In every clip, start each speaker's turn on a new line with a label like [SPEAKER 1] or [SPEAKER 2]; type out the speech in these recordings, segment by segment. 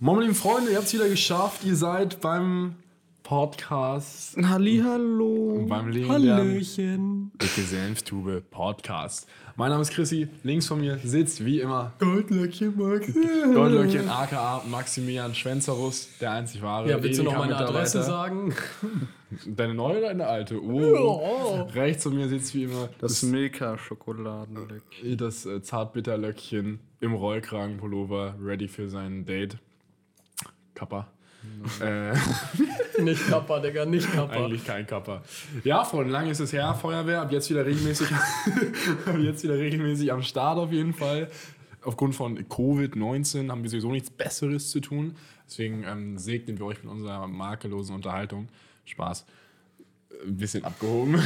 [SPEAKER 1] Moin, lieben Freunde, ihr habt es wieder geschafft. Ihr seid beim Podcast,
[SPEAKER 2] Hallihallo.
[SPEAKER 1] beim legendären
[SPEAKER 2] Hallöchen.
[SPEAKER 1] Dicke Senftube Podcast. Mein Name ist Chrissy. Links von mir sitzt wie immer
[SPEAKER 2] Goldlöckchen, Max.
[SPEAKER 1] Goldlöckchen, aka Maximilian Schwenzerus, der einzig wahre.
[SPEAKER 2] Ja, willst du noch meine
[SPEAKER 1] Edeka-Mitarbeiter.
[SPEAKER 2] Adresse sagen?
[SPEAKER 1] Deine neue oder deine alte? Oh. Rechts von mir sitzt wie immer
[SPEAKER 3] Das Hm. Milka-Schokoladenleck.
[SPEAKER 1] das äh, Zartbitterlöckchen im Rollkragenpullover, ready für sein Date. Kappa. Äh,
[SPEAKER 2] Nicht Kappa, Digga, nicht Kappa.
[SPEAKER 1] Eigentlich kein Kappa. Ja, Freunde, lange ist es her, Feuerwehr, ab jetzt wieder regelmäßig, ab jetzt wieder regelmäßig am Start auf jeden Fall. Aufgrund von Covid-19 haben wir sowieso nichts Besseres zu tun. Deswegen ähm, segnen wir euch mit unserer makellosen Unterhaltung. Spaß. Äh, Ein bisschen abgehoben.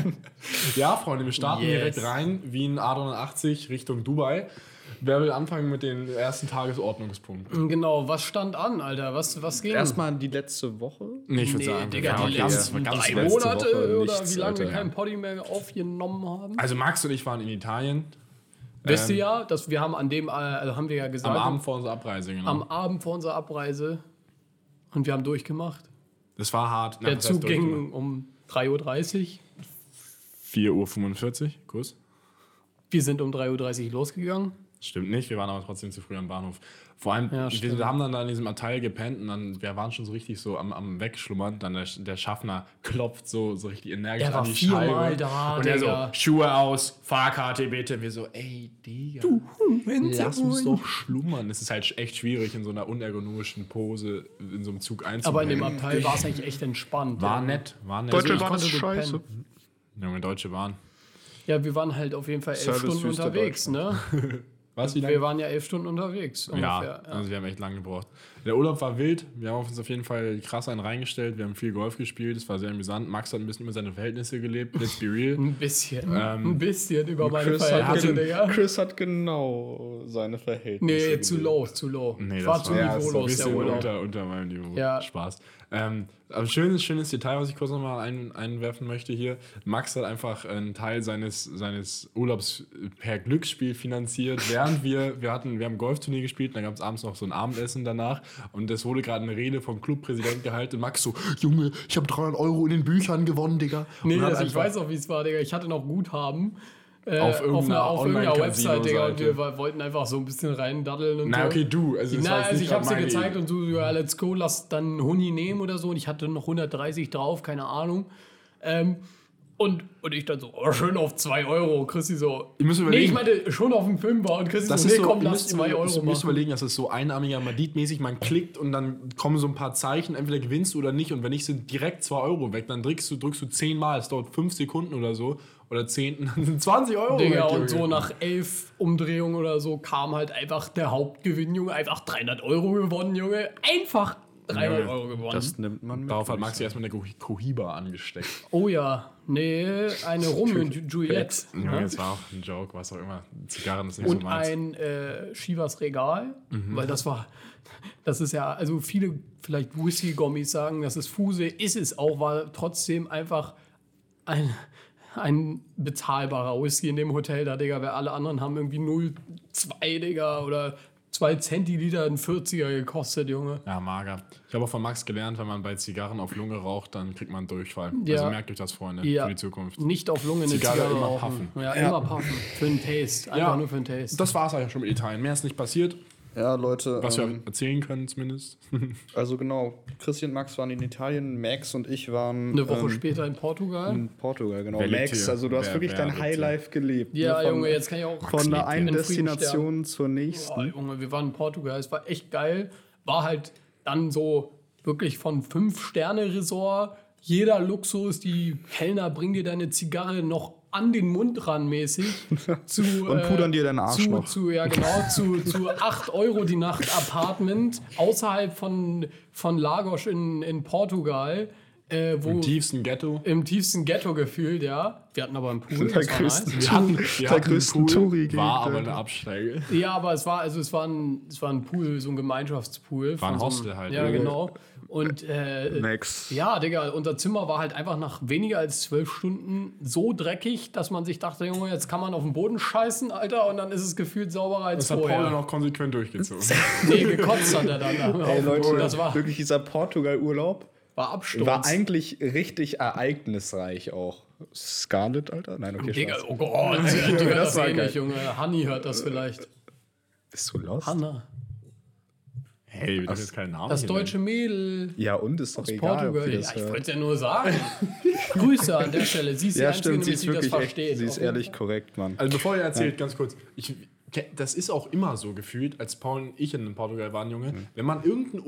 [SPEAKER 1] ja, Freunde, wir starten
[SPEAKER 2] Yes.
[SPEAKER 1] direkt rein, Wien A380 Richtung Dubai. Wer will anfangen mit den ersten Tagesordnungspunkten?
[SPEAKER 2] Genau, was stand an, Alter? Was, was ging?
[SPEAKER 3] Erstmal die letzte Woche.
[SPEAKER 1] Nee, ich würde
[SPEAKER 2] nee,
[SPEAKER 1] sagen,
[SPEAKER 2] Digga,
[SPEAKER 1] ja,
[SPEAKER 2] die
[SPEAKER 1] ganz-
[SPEAKER 2] letzten
[SPEAKER 1] ganz
[SPEAKER 2] drei
[SPEAKER 1] letzte
[SPEAKER 2] Monate
[SPEAKER 3] Woche
[SPEAKER 2] oder
[SPEAKER 3] nichts,
[SPEAKER 2] wie lange wir
[SPEAKER 3] Alter,
[SPEAKER 2] keinen Poddy mehr aufgenommen haben.
[SPEAKER 1] Also Max und ich waren in Italien
[SPEAKER 2] Wisst ihr ja, dass wir haben an dem, äh, also haben wir ja gesagt,
[SPEAKER 1] am Abend vor unserer Abreise, genau.
[SPEAKER 2] am Abend vor unserer Abreise und wir haben durchgemacht.
[SPEAKER 1] Das war hart.
[SPEAKER 2] Der Zug ging um 3.30 Uhr.
[SPEAKER 1] 4.45 Uhr, Kuss.
[SPEAKER 2] Wir sind um 3.30 Uhr losgegangen.
[SPEAKER 1] Stimmt nicht, wir waren aber trotzdem zu früh am Bahnhof. Vor allem,
[SPEAKER 2] Ja, stimmt.
[SPEAKER 1] wir haben dann da in diesem Abteil gepennt und dann, wir waren schon so richtig so am, am Wegschlummern. Dann der, der Schaffner klopft so, so richtig energisch
[SPEAKER 2] Er war
[SPEAKER 1] an die
[SPEAKER 2] viermal
[SPEAKER 1] Scheibe.
[SPEAKER 2] da,
[SPEAKER 1] und er so,
[SPEAKER 2] Digga.
[SPEAKER 1] Schuhe aus, Fahrkarte bitte. Und wir so, ey, Digga, lass uns doch schlummern. Es ist halt echt schwierig, in so einer unergonomischen Pose in so einem Zug einzupennen.
[SPEAKER 2] Aber in dem Abteil war es eigentlich echt entspannt.
[SPEAKER 1] War nett, war nett.
[SPEAKER 3] Deutsche
[SPEAKER 1] Also,
[SPEAKER 3] Bahn ist
[SPEAKER 2] konnte gut
[SPEAKER 3] scheiße.
[SPEAKER 1] Junge, Deutsche Bahn.
[SPEAKER 2] Ja, wir waren halt auf jeden Fall elf
[SPEAKER 3] Service
[SPEAKER 2] Stunden
[SPEAKER 3] Wüste
[SPEAKER 2] unterwegs, ne?
[SPEAKER 1] Was, wie lange?
[SPEAKER 2] Wir waren ja elf Stunden unterwegs
[SPEAKER 1] Ja,
[SPEAKER 2] ungefähr. Ja.
[SPEAKER 1] also wir haben echt lange gebraucht. Der Urlaub war wild. Wir haben auf uns auf jeden Fall krass einen reingestellt. Wir haben viel Golf gespielt. Es war sehr amüsant. Max hat ein bisschen über seine Verhältnisse gelebt. Let's be real.
[SPEAKER 2] Ein bisschen.
[SPEAKER 1] Ähm,
[SPEAKER 2] ein bisschen über meine
[SPEAKER 3] Chris hat,
[SPEAKER 2] Verhältnisse,
[SPEAKER 3] gen
[SPEAKER 2] Digga.
[SPEAKER 3] Chris hat genau seine Verhältnisse.
[SPEAKER 2] Nee, zu
[SPEAKER 3] gelebt.
[SPEAKER 2] low, zu low.
[SPEAKER 1] Nee,
[SPEAKER 2] war
[SPEAKER 1] das
[SPEAKER 2] zu
[SPEAKER 1] war-
[SPEAKER 3] ja, so ein
[SPEAKER 2] niveaulos,
[SPEAKER 1] bisschen
[SPEAKER 2] der Urlaub.
[SPEAKER 1] unter, unter meinem Niveau.
[SPEAKER 2] Ja.
[SPEAKER 1] Spaß. Ähm, aber schönes, schönes Detail, was ich kurz nochmal ein, einwerfen möchte hier. Max hat einfach einen Teil seines, seines Urlaubs per Glücksspiel finanziert, während wir, wir hatten, wir haben Golfturnier gespielt, dann gab es abends noch so ein Abendessen danach und es wurde gerade eine Rede vom Clubpräsidenten gehalten. Max so, Junge, ich habe 300 Euro in den Büchern gewonnen, Digga.
[SPEAKER 2] Nee,
[SPEAKER 1] Und hat
[SPEAKER 2] also ich
[SPEAKER 1] einfach-
[SPEAKER 2] weiß auch, wie es war, Digga. Ich hatte noch Guthaben. Äh,
[SPEAKER 1] Auf
[SPEAKER 2] auf
[SPEAKER 1] irgendeiner
[SPEAKER 2] einer, auf irgendeiner
[SPEAKER 1] Online-Casino-Seite.
[SPEAKER 2] Website, Digga. Und wir wa- wollten einfach so ein bisschen reindaddeln und
[SPEAKER 1] Na,
[SPEAKER 2] so.
[SPEAKER 1] okay, du. Also, das
[SPEAKER 2] Na,
[SPEAKER 1] war jetzt
[SPEAKER 2] also
[SPEAKER 1] nicht
[SPEAKER 2] ich hab's dir
[SPEAKER 1] meine
[SPEAKER 2] gezeigt
[SPEAKER 1] Idee.
[SPEAKER 2] und du, ja, let's go, lass dann einen Huni nehmen oder so. Und ich hatte noch 130 drauf, keine Ahnung. Ähm, und, und ich dann so, oh, schön auf 2 Euro. Christi so,
[SPEAKER 1] Ihr müsst
[SPEAKER 2] nee, ich
[SPEAKER 1] überlegen-
[SPEAKER 2] meinte schon auf einen Fünfer. Und Christi
[SPEAKER 1] Das
[SPEAKER 2] so, Oh, nee,
[SPEAKER 1] ist so,
[SPEAKER 2] komm,
[SPEAKER 1] ihr
[SPEAKER 2] lass
[SPEAKER 1] müsst,
[SPEAKER 2] 2 Euro
[SPEAKER 1] ihr
[SPEAKER 2] machen.
[SPEAKER 1] müsst überlegen, das ist so einarmiger Madit-mäßig, man klickt und dann kommen so ein paar Zeichen, entweder gewinnst du oder nicht und wenn nicht, sind direkt 2 Euro weg, dann drückst du, drückst du 10 Mal, es dauert 5 Sekunden oder so oder 10, dann sind 20 Euro
[SPEAKER 2] Digga,
[SPEAKER 1] weg.
[SPEAKER 2] und so
[SPEAKER 1] Junge.
[SPEAKER 2] nach elf Umdrehungen oder so kam halt einfach der Hauptgewinn, Junge. Einfach 300 Euro gewonnen, Junge. Einfach 300
[SPEAKER 1] Ja,
[SPEAKER 2] Euro gewonnen.
[SPEAKER 3] Das nimmt man mit.
[SPEAKER 1] Darauf hat Maxi erstmal eine Ko- Cohiba angesteckt.
[SPEAKER 2] oh ja, nee, eine Rum und Ju- Juliette.
[SPEAKER 1] Junge,
[SPEAKER 2] ne?
[SPEAKER 1] das war auch ein Joke, was auch immer. Zigarren ist nicht
[SPEAKER 2] Und
[SPEAKER 1] so meins.
[SPEAKER 2] ein äh, Shivas Regal,
[SPEAKER 1] Mhm.
[SPEAKER 2] weil das war, das ist ja, also viele vielleicht Whisky-Gommis sagen, das ist Fuse, ist es auch, war trotzdem einfach ein, ein bezahlbarer Whisky in dem Hotel da, Digga, weil alle anderen haben irgendwie 0,2, Digga, oder 2 Zentiliter einen 40er gekostet, Junge.
[SPEAKER 1] ja, mager. Ich habe auch von Max gelernt, wenn man bei Zigarren auf Lunge raucht, dann kriegt man Durchfall.
[SPEAKER 2] Ja.
[SPEAKER 1] Also merkt euch das, Freunde,
[SPEAKER 2] Ja.
[SPEAKER 1] für die Zukunft.
[SPEAKER 2] Nicht auf Lunge eine
[SPEAKER 1] Zigarre
[SPEAKER 2] Zigarre,
[SPEAKER 1] immer
[SPEAKER 2] rauchen.
[SPEAKER 1] puffen.
[SPEAKER 2] Ja, immer puffen. Für einen Taste. Einfach nur für einen Taste.
[SPEAKER 1] Das war es eigentlich schon mit Italien. Mehr ist nicht passiert,
[SPEAKER 3] Ja, Leute.
[SPEAKER 1] was
[SPEAKER 3] ähm,
[SPEAKER 1] wir erzählen können zumindest.
[SPEAKER 3] also genau, Christian und Max waren in Italien, Max und ich waren
[SPEAKER 2] Eine Woche
[SPEAKER 3] ähm,
[SPEAKER 2] später in Portugal.
[SPEAKER 3] in Portugal, genau.
[SPEAKER 1] Wer lebt
[SPEAKER 3] Max,
[SPEAKER 1] hier?
[SPEAKER 3] also du hast
[SPEAKER 1] Wer-
[SPEAKER 3] wirklich
[SPEAKER 1] wer
[SPEAKER 3] dein
[SPEAKER 1] lebt
[SPEAKER 3] Highlife gelebt. ne?
[SPEAKER 2] Ja,
[SPEAKER 3] Von-
[SPEAKER 2] Junge, jetzt kann ich auch
[SPEAKER 3] Von
[SPEAKER 1] lebt
[SPEAKER 3] der einen
[SPEAKER 2] hier. In Frieden
[SPEAKER 3] Destination zur
[SPEAKER 2] Boah,
[SPEAKER 3] nächsten.
[SPEAKER 2] Junge, wir waren in Portugal, es war echt geil. War halt dann so wirklich von Fünf-Sterne-Resort, jeder Luxus, die Kellner bringen dir deine Zigarre noch an den Mund ran mäßig. Zu, äh,
[SPEAKER 3] Und pudern dir deinen Arsch
[SPEAKER 2] zu,
[SPEAKER 3] noch.
[SPEAKER 2] Zu, ja, genau, zu, zu 8 Euro die Nacht Apartment außerhalb von, von Lagos in, in Portugal. äh, wo
[SPEAKER 1] Im tiefsten Ghetto.
[SPEAKER 2] im tiefsten Ghetto gefühlt, ja. Wir hatten aber einen Pool,
[SPEAKER 3] Der
[SPEAKER 2] das war
[SPEAKER 3] größten
[SPEAKER 2] nice.
[SPEAKER 1] Wir
[SPEAKER 3] Tu-
[SPEAKER 1] hatten,
[SPEAKER 3] der
[SPEAKER 1] wir hatten einen
[SPEAKER 3] größten Touri-Gegend, äh,
[SPEAKER 1] War aber
[SPEAKER 3] Alter.
[SPEAKER 1] eine Absteige.
[SPEAKER 2] Ja, aber es war, also es war ein, es war ein Pool, so ein Gemeinschaftspool.
[SPEAKER 1] War ein
[SPEAKER 2] von so einem-
[SPEAKER 1] Hostel halt,
[SPEAKER 2] Ja,
[SPEAKER 1] oder?
[SPEAKER 2] genau. Und äh,
[SPEAKER 3] Max.
[SPEAKER 2] Ja, Digga, unser Zimmer war halt einfach nach weniger als zwölf Stunden so dreckig, dass man sich dachte, Junge, jetzt kann man auf den Boden scheißen, Alter, und dann ist es gefühlt sauberer
[SPEAKER 1] Das
[SPEAKER 3] Oh,
[SPEAKER 2] als
[SPEAKER 1] hat Paul
[SPEAKER 2] vorher.
[SPEAKER 1] dann auch konsequent durchgezogen.
[SPEAKER 2] Nee, gekotzt hat er dann.
[SPEAKER 3] Ey Leute,
[SPEAKER 2] das war,
[SPEAKER 3] wirklich dieser Portugal-Urlaub
[SPEAKER 2] war Absturz.
[SPEAKER 3] war eigentlich richtig ereignisreich auch. Scarlett, Alter? Nein, okay,
[SPEAKER 2] Digga,
[SPEAKER 3] Spaß.
[SPEAKER 2] oh Gott, Digga, das,
[SPEAKER 3] Das war
[SPEAKER 2] eh
[SPEAKER 3] geil.
[SPEAKER 2] nicht, Junge. Hanni hört das vielleicht.
[SPEAKER 3] Bist du lost?
[SPEAKER 2] Hanna.
[SPEAKER 1] Hey, wir dürfen jetzt keinen Namen
[SPEAKER 2] Das
[SPEAKER 1] hier
[SPEAKER 2] deutsche
[SPEAKER 3] ne?
[SPEAKER 2] Mädel.
[SPEAKER 3] Ja, und ist doch
[SPEAKER 2] Aus
[SPEAKER 3] egal, ob
[SPEAKER 2] Portugal.
[SPEAKER 3] die
[SPEAKER 2] Ja,
[SPEAKER 3] das
[SPEAKER 2] ich
[SPEAKER 3] hört.
[SPEAKER 2] wollte es ja nur sagen. Grüße an der Stelle. Sie ist
[SPEAKER 3] Ja,
[SPEAKER 2] die Einzige,
[SPEAKER 3] stimmt, sie
[SPEAKER 2] nämlich,
[SPEAKER 3] ist
[SPEAKER 2] die das
[SPEAKER 3] wirklich echt,
[SPEAKER 2] versteht.
[SPEAKER 3] sie ist
[SPEAKER 2] Auf jeden
[SPEAKER 3] ehrlich korrekt, Mann.
[SPEAKER 1] Also bevor ihr erzählt, ganz kurz, ich, das ist auch immer so gefühlt, als Paul und ich in Portugal waren, Junge,
[SPEAKER 3] Mhm.
[SPEAKER 1] wenn man irgendeinen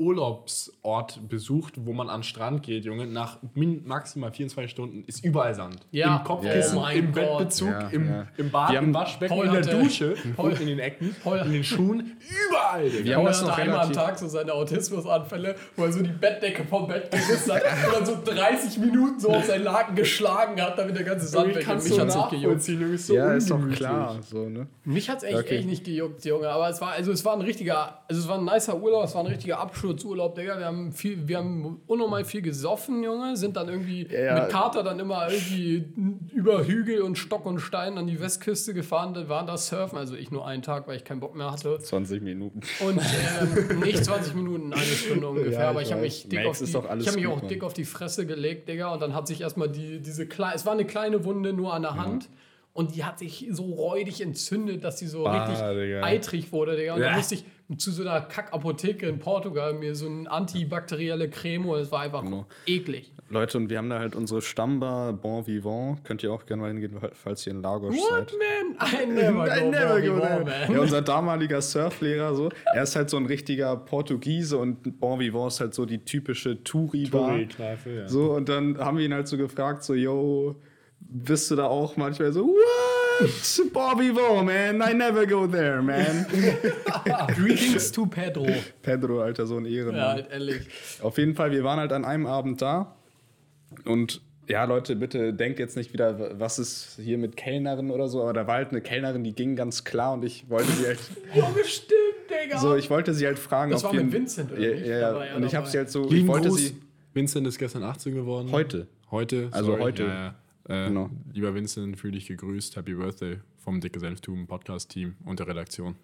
[SPEAKER 1] Urlaubsort besucht, wo man an den Strand geht, Junge, nach min, maximal 24 Stunden ist überall Sand.
[SPEAKER 2] Ja.
[SPEAKER 1] Im Kopfkissen,
[SPEAKER 2] Oh mein
[SPEAKER 1] im
[SPEAKER 2] Gott.
[SPEAKER 1] Bettbezug,
[SPEAKER 3] Ja,
[SPEAKER 1] im,
[SPEAKER 3] ja.
[SPEAKER 1] im Bad,
[SPEAKER 3] Wir haben-
[SPEAKER 1] im Waschbecken,
[SPEAKER 2] Paul
[SPEAKER 1] in der
[SPEAKER 2] hatte-
[SPEAKER 1] Dusche,
[SPEAKER 2] Paul-
[SPEAKER 1] und in den Ecken,
[SPEAKER 2] Paul-
[SPEAKER 1] in den Schuhen, überall, Digga.
[SPEAKER 3] Wir
[SPEAKER 2] Paul
[SPEAKER 3] haben das
[SPEAKER 2] hatte
[SPEAKER 3] noch
[SPEAKER 2] einmal am
[SPEAKER 3] relativ.
[SPEAKER 2] Tag so seine Autismusanfälle, wo er so die Bettdecke vom Bett gerissen hat und dann so 30 Minuten so auf sein Laken geschlagen hat, damit der ganze Sand weg ist. Mich hat's nicht gejuckt.
[SPEAKER 1] Junge, ist so
[SPEAKER 3] Ja, ist doch
[SPEAKER 1] ungemütlich.
[SPEAKER 3] klar. So, ne?
[SPEAKER 2] Mich hat's echt,
[SPEAKER 3] Okay.
[SPEAKER 2] echt nicht gejuckt, Junge. Aber es war, also es war ein richtiger, also es war ein nicer Urlaub, es war ein richtiger Absturzurlaub, Digga. Wir haben viel, wir haben unnormal viel gesoffen, Junge. Sind dann irgendwie
[SPEAKER 3] Ja.
[SPEAKER 2] mit Kater dann immer irgendwie über Hügel und Stock und Stein an die Westküste gefahren. Dann waren da surfen, also ich nur einen Tag, weil ich keinen Bock mehr hatte.
[SPEAKER 3] 20 Minuten.
[SPEAKER 2] Und ähm, nicht 20 Minuten, eine Stunde ungefähr.
[SPEAKER 3] Ja, ich
[SPEAKER 2] aber ich habe mich,
[SPEAKER 3] weiß.
[SPEAKER 2] dick,
[SPEAKER 3] Max
[SPEAKER 2] auf die,
[SPEAKER 3] ist doch alles
[SPEAKER 2] ich hab mich
[SPEAKER 3] gut,
[SPEAKER 2] auch
[SPEAKER 3] Mann.
[SPEAKER 2] dick auf die Fresse gelegt, Digga. Und dann hat sich erstmal die, diese kleine, es war eine kleine Wunde nur an
[SPEAKER 3] Mhm.
[SPEAKER 2] der Hand. Und die hat sich so räudig entzündet, dass sie so
[SPEAKER 3] Bah,
[SPEAKER 2] richtig
[SPEAKER 3] Digga.
[SPEAKER 2] eitrig wurde, Digga. Und dann
[SPEAKER 1] Bäh.
[SPEAKER 2] musste ich zu so einer Kackapotheke in Portugal mir so eine antibakterielle Creme holen. Das war einfach
[SPEAKER 3] Genau.
[SPEAKER 2] eklig.
[SPEAKER 3] Leute, und wir haben da halt unsere Stammbar Bon Vivant. Könnt ihr auch gerne mal hingehen, falls ihr in Lagos
[SPEAKER 2] What,
[SPEAKER 3] seid.
[SPEAKER 2] man? I never go,
[SPEAKER 3] I never go there.
[SPEAKER 2] man.
[SPEAKER 3] Ja, unser damaliger Surflehrer, so, er ist halt so ein richtiger Portugiese und Bon Vivant ist halt so die typische Touri-Bar.
[SPEAKER 1] Touri-Kneipe, ja.
[SPEAKER 3] So, und dann haben wir ihn halt so gefragt, so, yo, bist du da auch manchmal so, what? Bon Vivant, man, I never go there, man.
[SPEAKER 2] Greetings to Pedro.
[SPEAKER 3] Pedro, alter, so ein
[SPEAKER 2] Ja,
[SPEAKER 3] Ehrenmann.
[SPEAKER 2] halt ehrlich.
[SPEAKER 3] Auf jeden Fall, wir waren halt an einem Abend da und ja, Leute, bitte denkt jetzt nicht wieder, was ist hier mit Kellnerin oder so, aber da war halt eine Kellnerin, die ging ganz klar und ich wollte sie halt,
[SPEAKER 2] Junge, stimmt, Digga.
[SPEAKER 3] so, ich wollte sie halt fragen,
[SPEAKER 2] Das
[SPEAKER 3] ob
[SPEAKER 2] war
[SPEAKER 3] wir-
[SPEAKER 2] mit Vincent, oder
[SPEAKER 3] ja,
[SPEAKER 2] nicht?
[SPEAKER 3] Ja,
[SPEAKER 2] Da war
[SPEAKER 3] ja,
[SPEAKER 2] er
[SPEAKER 3] und ich habe
[SPEAKER 2] dabei.
[SPEAKER 3] sie halt so,
[SPEAKER 1] Lieben
[SPEAKER 3] ich wollte
[SPEAKER 1] Gruß.
[SPEAKER 3] sie
[SPEAKER 1] Vincent ist gestern 18 geworden.
[SPEAKER 3] heute.
[SPEAKER 1] Heute.
[SPEAKER 3] Also heute.
[SPEAKER 1] Ja, ja. Äh,
[SPEAKER 3] Genau.
[SPEAKER 1] Lieber Vincent, fühle dich gegrüßt. Happy Birthday vom Dicke Senftum Podcast Team und der Redaktion.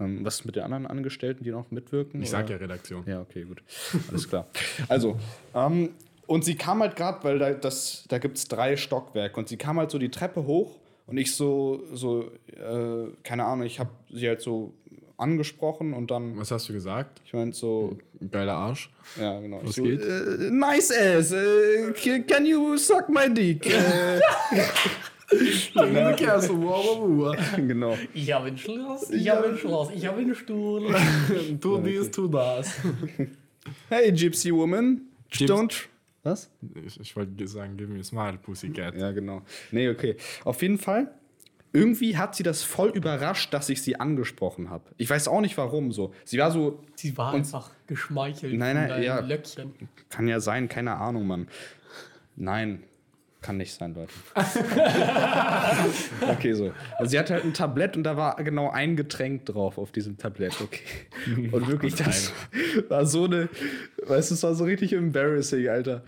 [SPEAKER 3] Ähm, was ist mit den anderen Angestellten, die noch mitwirken?
[SPEAKER 1] Ich
[SPEAKER 3] oder?
[SPEAKER 1] sag ja Redaktion.
[SPEAKER 3] Ja, okay, gut. Alles klar. Also, ähm, und sie kam halt gerade, weil da, das, da gibt es drei Stockwerke und sie kam halt so die Treppe hoch und ich so, so äh, keine Ahnung, ich habe sie halt so angesprochen und dann,
[SPEAKER 1] Was hast du gesagt?
[SPEAKER 3] ich meinte so,
[SPEAKER 2] Hm.
[SPEAKER 1] Geiler Arsch.
[SPEAKER 3] ja, genau.
[SPEAKER 1] Was
[SPEAKER 3] ich so,
[SPEAKER 1] geht?
[SPEAKER 3] Äh, nice ass, äh, c- can you suck my dick? Äh, genau.
[SPEAKER 2] Ich habe ein Schloss, ich habe ein Schloss, ich habe einen Stuhl.
[SPEAKER 1] Tu
[SPEAKER 3] Äh,
[SPEAKER 1] dies, tu das.
[SPEAKER 3] Hey, Gypsy Woman,
[SPEAKER 1] Gyps-
[SPEAKER 3] don't... Was?
[SPEAKER 1] Ich, ich wollte sagen, give me a smile, Pussycat.
[SPEAKER 3] Ja, genau. Nee, okay. Auf jeden Fall, irgendwie hat sie das voll überrascht, dass ich sie angesprochen habe. Ich weiß auch nicht warum so. Sie war so,
[SPEAKER 2] Sie war einfach geschmeichelt
[SPEAKER 3] Nein,
[SPEAKER 2] von
[SPEAKER 3] nein,
[SPEAKER 2] deinem
[SPEAKER 3] ja.
[SPEAKER 2] Löckchen.
[SPEAKER 3] kann ja sein, keine Ahnung, Mann. Nein, kann nicht sein, Leute. okay, so. Also sie hatte halt ein Tablett und da war genau ein Getränk drauf auf diesem Tablett, okay. Und wirklich, das war so eine, weißt du, es war so richtig embarrassing, Alter.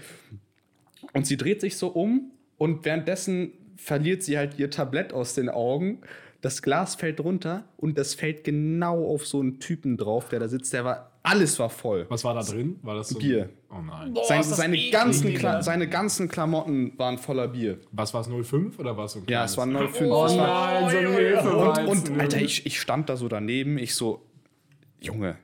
[SPEAKER 3] Und sie dreht sich so um und währenddessen verliert sie halt ihr Tablett aus den Augen. Das Glas fällt runter und das fällt genau auf so einen Typen drauf, der da sitzt. Der war, alles war voll.
[SPEAKER 1] Was war da drin? War das so ein-
[SPEAKER 3] Bier.
[SPEAKER 1] Oh nein.
[SPEAKER 2] Boah,
[SPEAKER 3] Sein,
[SPEAKER 2] ist das
[SPEAKER 3] seine,
[SPEAKER 2] eklig,
[SPEAKER 3] ganzen
[SPEAKER 2] Digga.
[SPEAKER 3] Kla seine ganzen Klamotten waren voller Bier.
[SPEAKER 1] Was war es 05 oder war Oh, es so ein
[SPEAKER 3] Ja, es waren 05.
[SPEAKER 2] Oh
[SPEAKER 3] es war,
[SPEAKER 2] nein, so ein
[SPEAKER 3] und, und Alter, ich, ich stand da so daneben. Ich so, Junge,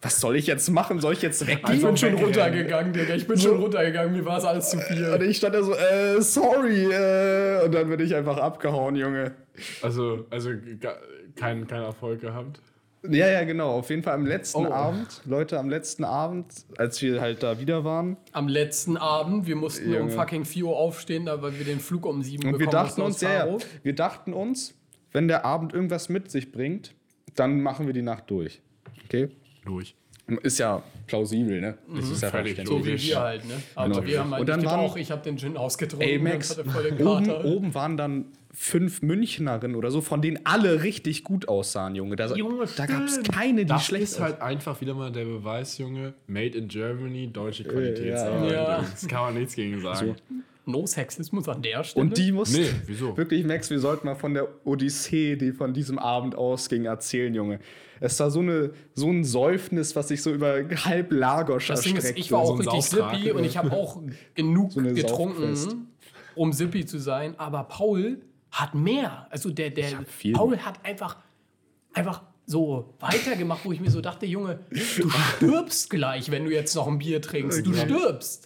[SPEAKER 3] was soll ich jetzt machen? Soll ich jetzt
[SPEAKER 2] Ich
[SPEAKER 3] weggehen?
[SPEAKER 2] bin schon runtergegangen, Digga. Ich bin schon runtergegangen. Mir war es alles zu
[SPEAKER 3] Und
[SPEAKER 2] viel.
[SPEAKER 3] ich stand da so, äh, sorry. Äh, und dann bin ich einfach abgehauen, Junge.
[SPEAKER 1] Also, also ga- kein, kein Erfolg gehabt.
[SPEAKER 3] Ja, ja, genau. Auf jeden Fall am letzten Abend, Leute, am letzten Abend, als wir halt da wieder waren.
[SPEAKER 2] Am letzten Abend, wir mussten um
[SPEAKER 3] Junge.
[SPEAKER 2] fucking 4 Uhr aufstehen, da- weil wir den Flug um 7
[SPEAKER 3] Und wir
[SPEAKER 2] bekommen
[SPEAKER 3] dachten
[SPEAKER 2] mussten aus
[SPEAKER 3] uns, ja, ja,
[SPEAKER 2] Faro.
[SPEAKER 3] wir dachten uns, wenn der Abend irgendwas mit sich bringt, dann machen wir die Nacht durch. Okay?
[SPEAKER 1] Durch.
[SPEAKER 3] Ist ja plausibel, ne?
[SPEAKER 2] Mhm.
[SPEAKER 3] Das ist ja
[SPEAKER 1] Völlig
[SPEAKER 2] So
[SPEAKER 3] verständlich.
[SPEAKER 2] wie wir halt, ne? Aber
[SPEAKER 3] Genau.
[SPEAKER 2] wir haben halt
[SPEAKER 3] Und dann
[SPEAKER 2] nicht
[SPEAKER 3] waren-
[SPEAKER 2] gebraucht. Ich habe den Gin ausgetrunken.
[SPEAKER 3] Ey,
[SPEAKER 2] und
[SPEAKER 3] Max,
[SPEAKER 2] hatte voll den
[SPEAKER 3] oben,
[SPEAKER 2] Kater.
[SPEAKER 3] oben waren dann fünf Münchnerinnen oder so, von denen alle richtig gut aussahen, Junge. Da,
[SPEAKER 2] Junge,
[SPEAKER 3] da gab es
[SPEAKER 2] stimmt.
[SPEAKER 3] keine, die
[SPEAKER 1] Das
[SPEAKER 3] schlecht
[SPEAKER 1] ist halt einfach wieder mal der Beweis, Junge. Made in Germany, deutsche
[SPEAKER 2] ja.
[SPEAKER 1] Qualitätsarbeit.
[SPEAKER 2] Ja.
[SPEAKER 1] Das kann man nichts gegen sagen.
[SPEAKER 2] No Sexismus an der Stelle.
[SPEAKER 3] Und die mussten.
[SPEAKER 1] Nee, wieso?
[SPEAKER 3] Wirklich, Max, wir sollten mal von der Odyssee, die von diesem Abend ausging, erzählen, Junge. Es war so, eine, so ein Säufnis, was sich so über halb Lagos
[SPEAKER 2] Das Ding ist,
[SPEAKER 3] erstreckte.
[SPEAKER 2] ich war
[SPEAKER 1] so
[SPEAKER 2] auch
[SPEAKER 1] ein
[SPEAKER 2] richtig
[SPEAKER 1] Sauftrag,
[SPEAKER 2] sippy
[SPEAKER 1] ne?
[SPEAKER 2] und ich habe auch genug
[SPEAKER 3] eine Saufquest.
[SPEAKER 2] getrunken, um sippy zu sein. Aber Paul hat mehr. Also der, der
[SPEAKER 3] viel
[SPEAKER 2] Paul hat einfach, einfach so weitergemacht, wo ich mir so dachte, Junge, du stirbst gleich, wenn du jetzt noch ein Bier trinkst. Du stirbst.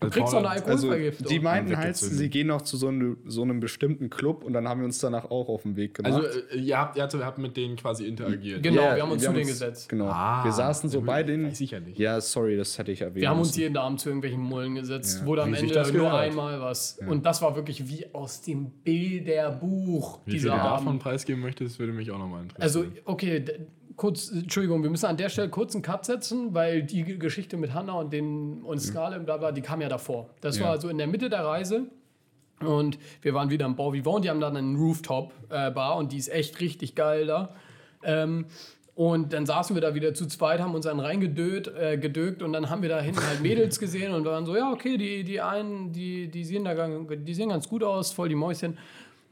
[SPEAKER 2] Du
[SPEAKER 1] Also
[SPEAKER 2] kriegst noch
[SPEAKER 1] Paul-
[SPEAKER 2] eine
[SPEAKER 3] also,
[SPEAKER 2] Alkoholvergiftung.
[SPEAKER 3] die meinten halt,
[SPEAKER 1] weggezündet.
[SPEAKER 3] sie gehen noch zu so, einem- so einem bestimmten Club und dann haben wir uns danach auch auf den Weg gemacht.
[SPEAKER 1] Also, äh, ihr, habt, ihr habt- ihr habt mit denen quasi interagiert.
[SPEAKER 2] Genau, wir haben uns zu denen gesetzt.
[SPEAKER 3] Genau.
[SPEAKER 1] Ah,
[SPEAKER 3] wir saßen so
[SPEAKER 1] ja,
[SPEAKER 3] bei den.
[SPEAKER 1] weiß ich ja nicht.
[SPEAKER 3] Ja, sorry, das hätte ich erwähnt.
[SPEAKER 2] Wir haben uns
[SPEAKER 3] müssen.
[SPEAKER 2] jeden Abend zu irgendwelchen Mullen gesetzt,
[SPEAKER 3] Ja,
[SPEAKER 2] wurde am
[SPEAKER 1] wie sich
[SPEAKER 2] Ende
[SPEAKER 1] das
[SPEAKER 2] nur
[SPEAKER 1] gehört.
[SPEAKER 2] einmal was. Und das war wirklich wie aus dem Bilderbuch,
[SPEAKER 1] Wie viel du
[SPEAKER 2] dieser
[SPEAKER 1] davon
[SPEAKER 2] Abend.
[SPEAKER 1] preisgeben möchtest, würde mich auch nochmal interessieren.
[SPEAKER 2] Also, okay, d- kurz, äh, Entschuldigung, wir müssen an der Stelle kurz einen Cut setzen, weil die G- Geschichte mit Hannah und den und Scarlett und bla bla, die kam ja davor. Das
[SPEAKER 3] Ja.
[SPEAKER 2] war also in der Mitte der Reise. Und wir waren wieder im Bau Vivant, die haben dann einen Rooftop-Bar und die ist echt richtig geil da. Ähm, und dann saßen wir da wieder zu zweit, haben uns einen reingedöht, äh, gedögt und dann haben wir da hinten halt Mädels gesehen und waren so, ja, okay, die, die einen, die, die sehen da gang- die sehen ganz gut aus, voll die Mäuschen.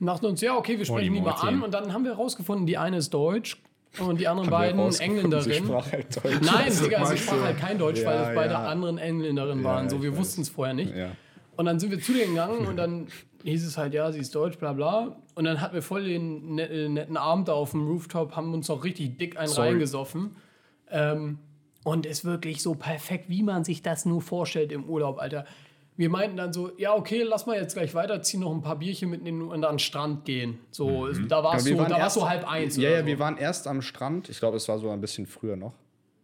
[SPEAKER 2] Und dachten uns, ja, okay, wir
[SPEAKER 1] die
[SPEAKER 2] sprechen die mal
[SPEAKER 1] Mäuschen.
[SPEAKER 2] an und dann haben wir herausgefunden, die eine ist Deutsch und die anderen
[SPEAKER 3] Wir
[SPEAKER 2] beiden
[SPEAKER 3] rausgefunden, Sie
[SPEAKER 2] Engländerin.
[SPEAKER 3] sprach halt Deutsch.
[SPEAKER 2] Nein, Digga, sie
[SPEAKER 1] meinst
[SPEAKER 2] sprach
[SPEAKER 1] du?
[SPEAKER 2] halt kein Deutsch,
[SPEAKER 3] Ja,
[SPEAKER 2] weil es beide
[SPEAKER 3] ja.
[SPEAKER 2] anderen Engländerinnen waren. So,
[SPEAKER 3] ich
[SPEAKER 2] wir
[SPEAKER 3] weiß.
[SPEAKER 2] wussten es vorher nicht.
[SPEAKER 3] Ja.
[SPEAKER 2] Und dann sind wir zu denen gegangen und dann hieß es halt, ja, sie ist deutsch, bla bla. Und dann hatten wir voll den net- äh, netten Abend da auf dem Rooftop, haben uns noch richtig dick einen
[SPEAKER 3] Sorry.
[SPEAKER 2] reingesoffen. Ähm, und ist wirklich so perfekt, wie man sich das nur vorstellt im Urlaub, Alter. Wir meinten dann so, ja, okay, lass mal jetzt gleich weiterziehen, noch ein paar Bierchen mitnehmen und an den Strand gehen. So, da warst
[SPEAKER 3] Mhm. wir
[SPEAKER 2] du,
[SPEAKER 3] waren
[SPEAKER 2] da
[SPEAKER 3] erst-
[SPEAKER 2] warst du halb eins.
[SPEAKER 3] Ja,
[SPEAKER 2] oder
[SPEAKER 3] ja,
[SPEAKER 2] so.
[SPEAKER 3] wir waren erst am Strand. Ich glaube, es war so ein bisschen früher noch.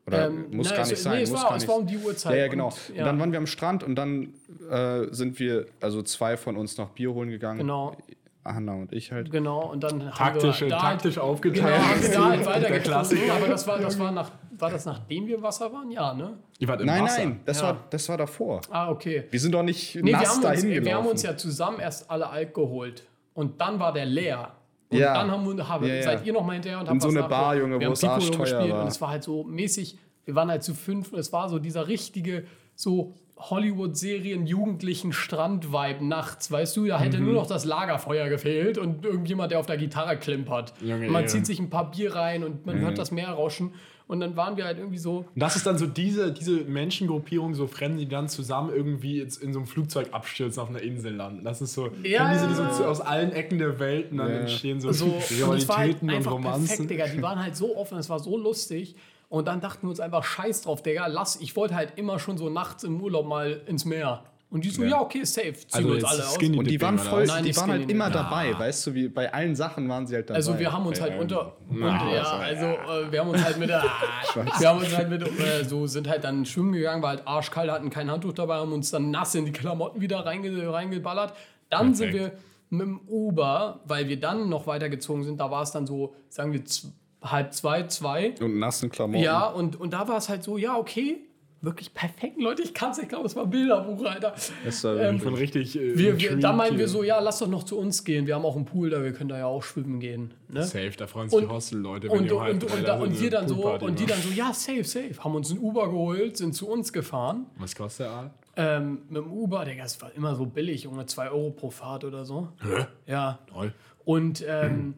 [SPEAKER 3] Oder
[SPEAKER 2] Ähm,
[SPEAKER 3] muss
[SPEAKER 2] nein,
[SPEAKER 3] gar
[SPEAKER 2] es-
[SPEAKER 3] nicht sein.
[SPEAKER 2] nee, es
[SPEAKER 3] muss
[SPEAKER 2] war-
[SPEAKER 3] gar
[SPEAKER 2] es
[SPEAKER 3] nicht.
[SPEAKER 2] war um die Uhrzeit
[SPEAKER 3] Ja, ja
[SPEAKER 2] und-
[SPEAKER 3] genau.
[SPEAKER 2] ja.
[SPEAKER 3] Und dann waren wir am Strand und dann äh, sind wir, also zwei von uns noch Bier holen gegangen.
[SPEAKER 2] Genau,
[SPEAKER 3] Anna und ich halt.
[SPEAKER 2] genau. Und dann
[SPEAKER 1] taktisch,
[SPEAKER 2] haben wir da halt
[SPEAKER 1] taktisch
[SPEAKER 2] Genau,
[SPEAKER 1] aufgeteilt.
[SPEAKER 2] haben wir da halt
[SPEAKER 1] Der
[SPEAKER 2] weitergetrunken.
[SPEAKER 1] Klassiker.
[SPEAKER 2] Aber das war, das war, nach, war das nachdem wir Wasser waren? Ja, ne?
[SPEAKER 1] Ihr wart im
[SPEAKER 3] Nein,
[SPEAKER 1] Wasser.
[SPEAKER 3] nein, das,
[SPEAKER 2] Ja.
[SPEAKER 3] war, das war davor.
[SPEAKER 2] Ah, okay.
[SPEAKER 3] Wir sind doch nicht
[SPEAKER 2] Nee, wir,
[SPEAKER 3] nass
[SPEAKER 2] haben uns,
[SPEAKER 3] dahin gelaufen.
[SPEAKER 2] wir haben uns ja zusammen erst alle Alk geholt. Und dann war der leer. Und
[SPEAKER 3] Ja.
[SPEAKER 2] dann haben wir, habe,
[SPEAKER 3] Ja, ja.
[SPEAKER 2] seid ihr noch mal hinterher und habt
[SPEAKER 3] In so
[SPEAKER 2] was
[SPEAKER 3] eine
[SPEAKER 2] nachgeholt.
[SPEAKER 3] Bar, Junge,
[SPEAKER 2] wir
[SPEAKER 3] wo
[SPEAKER 2] haben
[SPEAKER 3] es
[SPEAKER 2] Piccolo
[SPEAKER 3] arschteuer
[SPEAKER 2] gespielt
[SPEAKER 3] war.
[SPEAKER 2] Und es war halt so mäßig, wir waren halt zu fünf und es war so dieser richtige, so Hollywood-Serien, jugendlichen Strand-Vibe nachts, weißt du? Da hätte
[SPEAKER 3] Mhm.
[SPEAKER 2] nur noch das Lagerfeuer gefehlt und irgendjemand, der auf der Gitarre klimpert.
[SPEAKER 1] Junge,
[SPEAKER 2] und man
[SPEAKER 1] ja.
[SPEAKER 2] zieht sich ein paar Bier rein und man
[SPEAKER 3] Mhm.
[SPEAKER 2] hört das Meer rauschen. Und dann waren wir halt irgendwie so,
[SPEAKER 1] Und das ist dann so diese, diese Menschengruppierung, so Fremde, die dann zusammen irgendwie jetzt in so einem Flugzeug abstürzen, auf einer Insel landen. Das ist so, ja.
[SPEAKER 2] Ja.
[SPEAKER 1] diese, die so zu- aus allen Ecken der Welt und dann entstehen so,
[SPEAKER 2] so und es war halt
[SPEAKER 1] Realitäten und
[SPEAKER 2] einfach perfekt,
[SPEAKER 1] Romanzen.
[SPEAKER 2] Digga. Die waren halt so offen, es war so lustig. Und dann dachten wir uns einfach, scheiß drauf, Digga, lass, ich wollte halt immer schon so nachts im Urlaub mal ins Meer. Und die so, ja, okay, safe, ziehen
[SPEAKER 1] Also
[SPEAKER 2] wir uns alle aus.
[SPEAKER 3] Und die waren voll,
[SPEAKER 2] Nein,
[SPEAKER 3] die
[SPEAKER 2] nicht
[SPEAKER 3] waren halt
[SPEAKER 2] Skinny
[SPEAKER 3] immer
[SPEAKER 2] Dipping.
[SPEAKER 3] dabei, weißt du, wie bei allen Sachen waren sie halt dabei.
[SPEAKER 2] Also wir haben uns
[SPEAKER 3] Bei
[SPEAKER 2] halt
[SPEAKER 3] allem.
[SPEAKER 2] unter und, ja, also äh, wir haben uns halt mit der, wir haben uns halt mit äh, so sind halt dann schwimmen gegangen, war halt arschkalt, hatten kein Handtuch dabei, haben uns dann nass in die Klamotten wieder reinge, reingeballert. Dann sind wir mit dem Uber, weil wir dann noch weitergezogen sind, da war es dann so, sagen wir z- halb zwei, zwei.
[SPEAKER 3] Und nassen Klamotten.
[SPEAKER 2] Ja, und, und da war es halt so, ja, okay, wirklich perfekt, Leute, ich kann es nicht glauben, es war ein Bilderbuch, Alter.
[SPEAKER 3] Das
[SPEAKER 2] ähm,
[SPEAKER 3] war
[SPEAKER 1] Ich bin richtig. Äh,
[SPEAKER 2] Wir, wir, da
[SPEAKER 1] intrigued
[SPEAKER 2] meinen wir
[SPEAKER 1] hier.
[SPEAKER 2] so, ja, lass doch noch zu uns gehen, wir haben auch einen Pool da, wir können da ja auch schwimmen gehen. Ne?
[SPEAKER 1] Safe, da freuen sich die
[SPEAKER 2] Und-
[SPEAKER 1] Hostel-Leute, wenn
[SPEAKER 2] Und,
[SPEAKER 1] ihr
[SPEAKER 2] und,
[SPEAKER 1] halt
[SPEAKER 2] und,
[SPEAKER 1] drei
[SPEAKER 2] und,
[SPEAKER 1] da so
[SPEAKER 2] und
[SPEAKER 1] eine
[SPEAKER 2] wir dann so,
[SPEAKER 1] Poolparty
[SPEAKER 2] und die
[SPEAKER 1] macht.
[SPEAKER 2] dann so, ja, safe, safe, haben uns einen Uber geholt, sind zu uns gefahren.
[SPEAKER 1] Was kostet der Aal?
[SPEAKER 2] Ähm, mit dem Uber, Digga, es war immer so billig, Junge, 2 Euro pro Fahrt oder so. Ja.
[SPEAKER 1] Toll.
[SPEAKER 2] Und, ähm,
[SPEAKER 3] Mhm.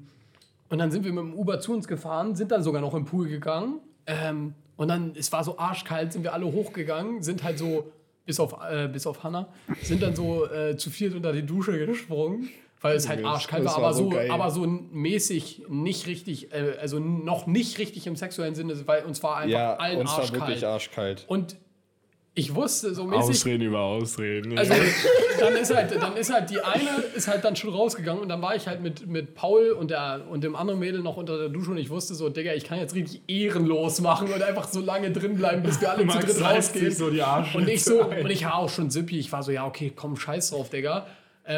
[SPEAKER 2] und dann sind wir mit dem Uber zu uns gefahren, sind dann sogar noch im Pool gegangen. Ähm, und dann, es war so arschkalt, sind wir alle hochgegangen, sind halt so, bis auf, äh, bis auf Hanna, sind dann so äh, zu viert unter die Dusche gesprungen, weil es halt
[SPEAKER 3] Das-
[SPEAKER 2] arschkalt
[SPEAKER 3] das
[SPEAKER 2] war,
[SPEAKER 3] war
[SPEAKER 2] aber
[SPEAKER 3] so
[SPEAKER 2] so,
[SPEAKER 3] geil.
[SPEAKER 2] aber so mäßig nicht richtig, äh, also noch nicht richtig im sexuellen Sinne, weil uns war einfach
[SPEAKER 3] ja,
[SPEAKER 2] allen
[SPEAKER 3] uns war
[SPEAKER 2] arschkalt.
[SPEAKER 3] wirklich arschkalt.
[SPEAKER 2] Und ich wusste so mäßig,
[SPEAKER 1] Ausreden über Ausreden.
[SPEAKER 2] also, dann ist halt, dann ist halt die eine ist halt dann schon rausgegangen und dann war ich halt mit, mit Paul und, der, und dem anderen Mädel noch unter der Dusche und ich wusste so, Digga, ich kann jetzt richtig ehrenlos machen und einfach so lange drin bleiben, bis wir alle zu
[SPEAKER 1] Max
[SPEAKER 2] dritt
[SPEAKER 1] reißt sich
[SPEAKER 2] rausgehen.
[SPEAKER 1] so die Arschritze
[SPEAKER 2] und ich so,
[SPEAKER 1] ein.
[SPEAKER 2] und ich war auch schon sippy, ich war so, ja, okay, komm, scheiß drauf, Digga. Äh,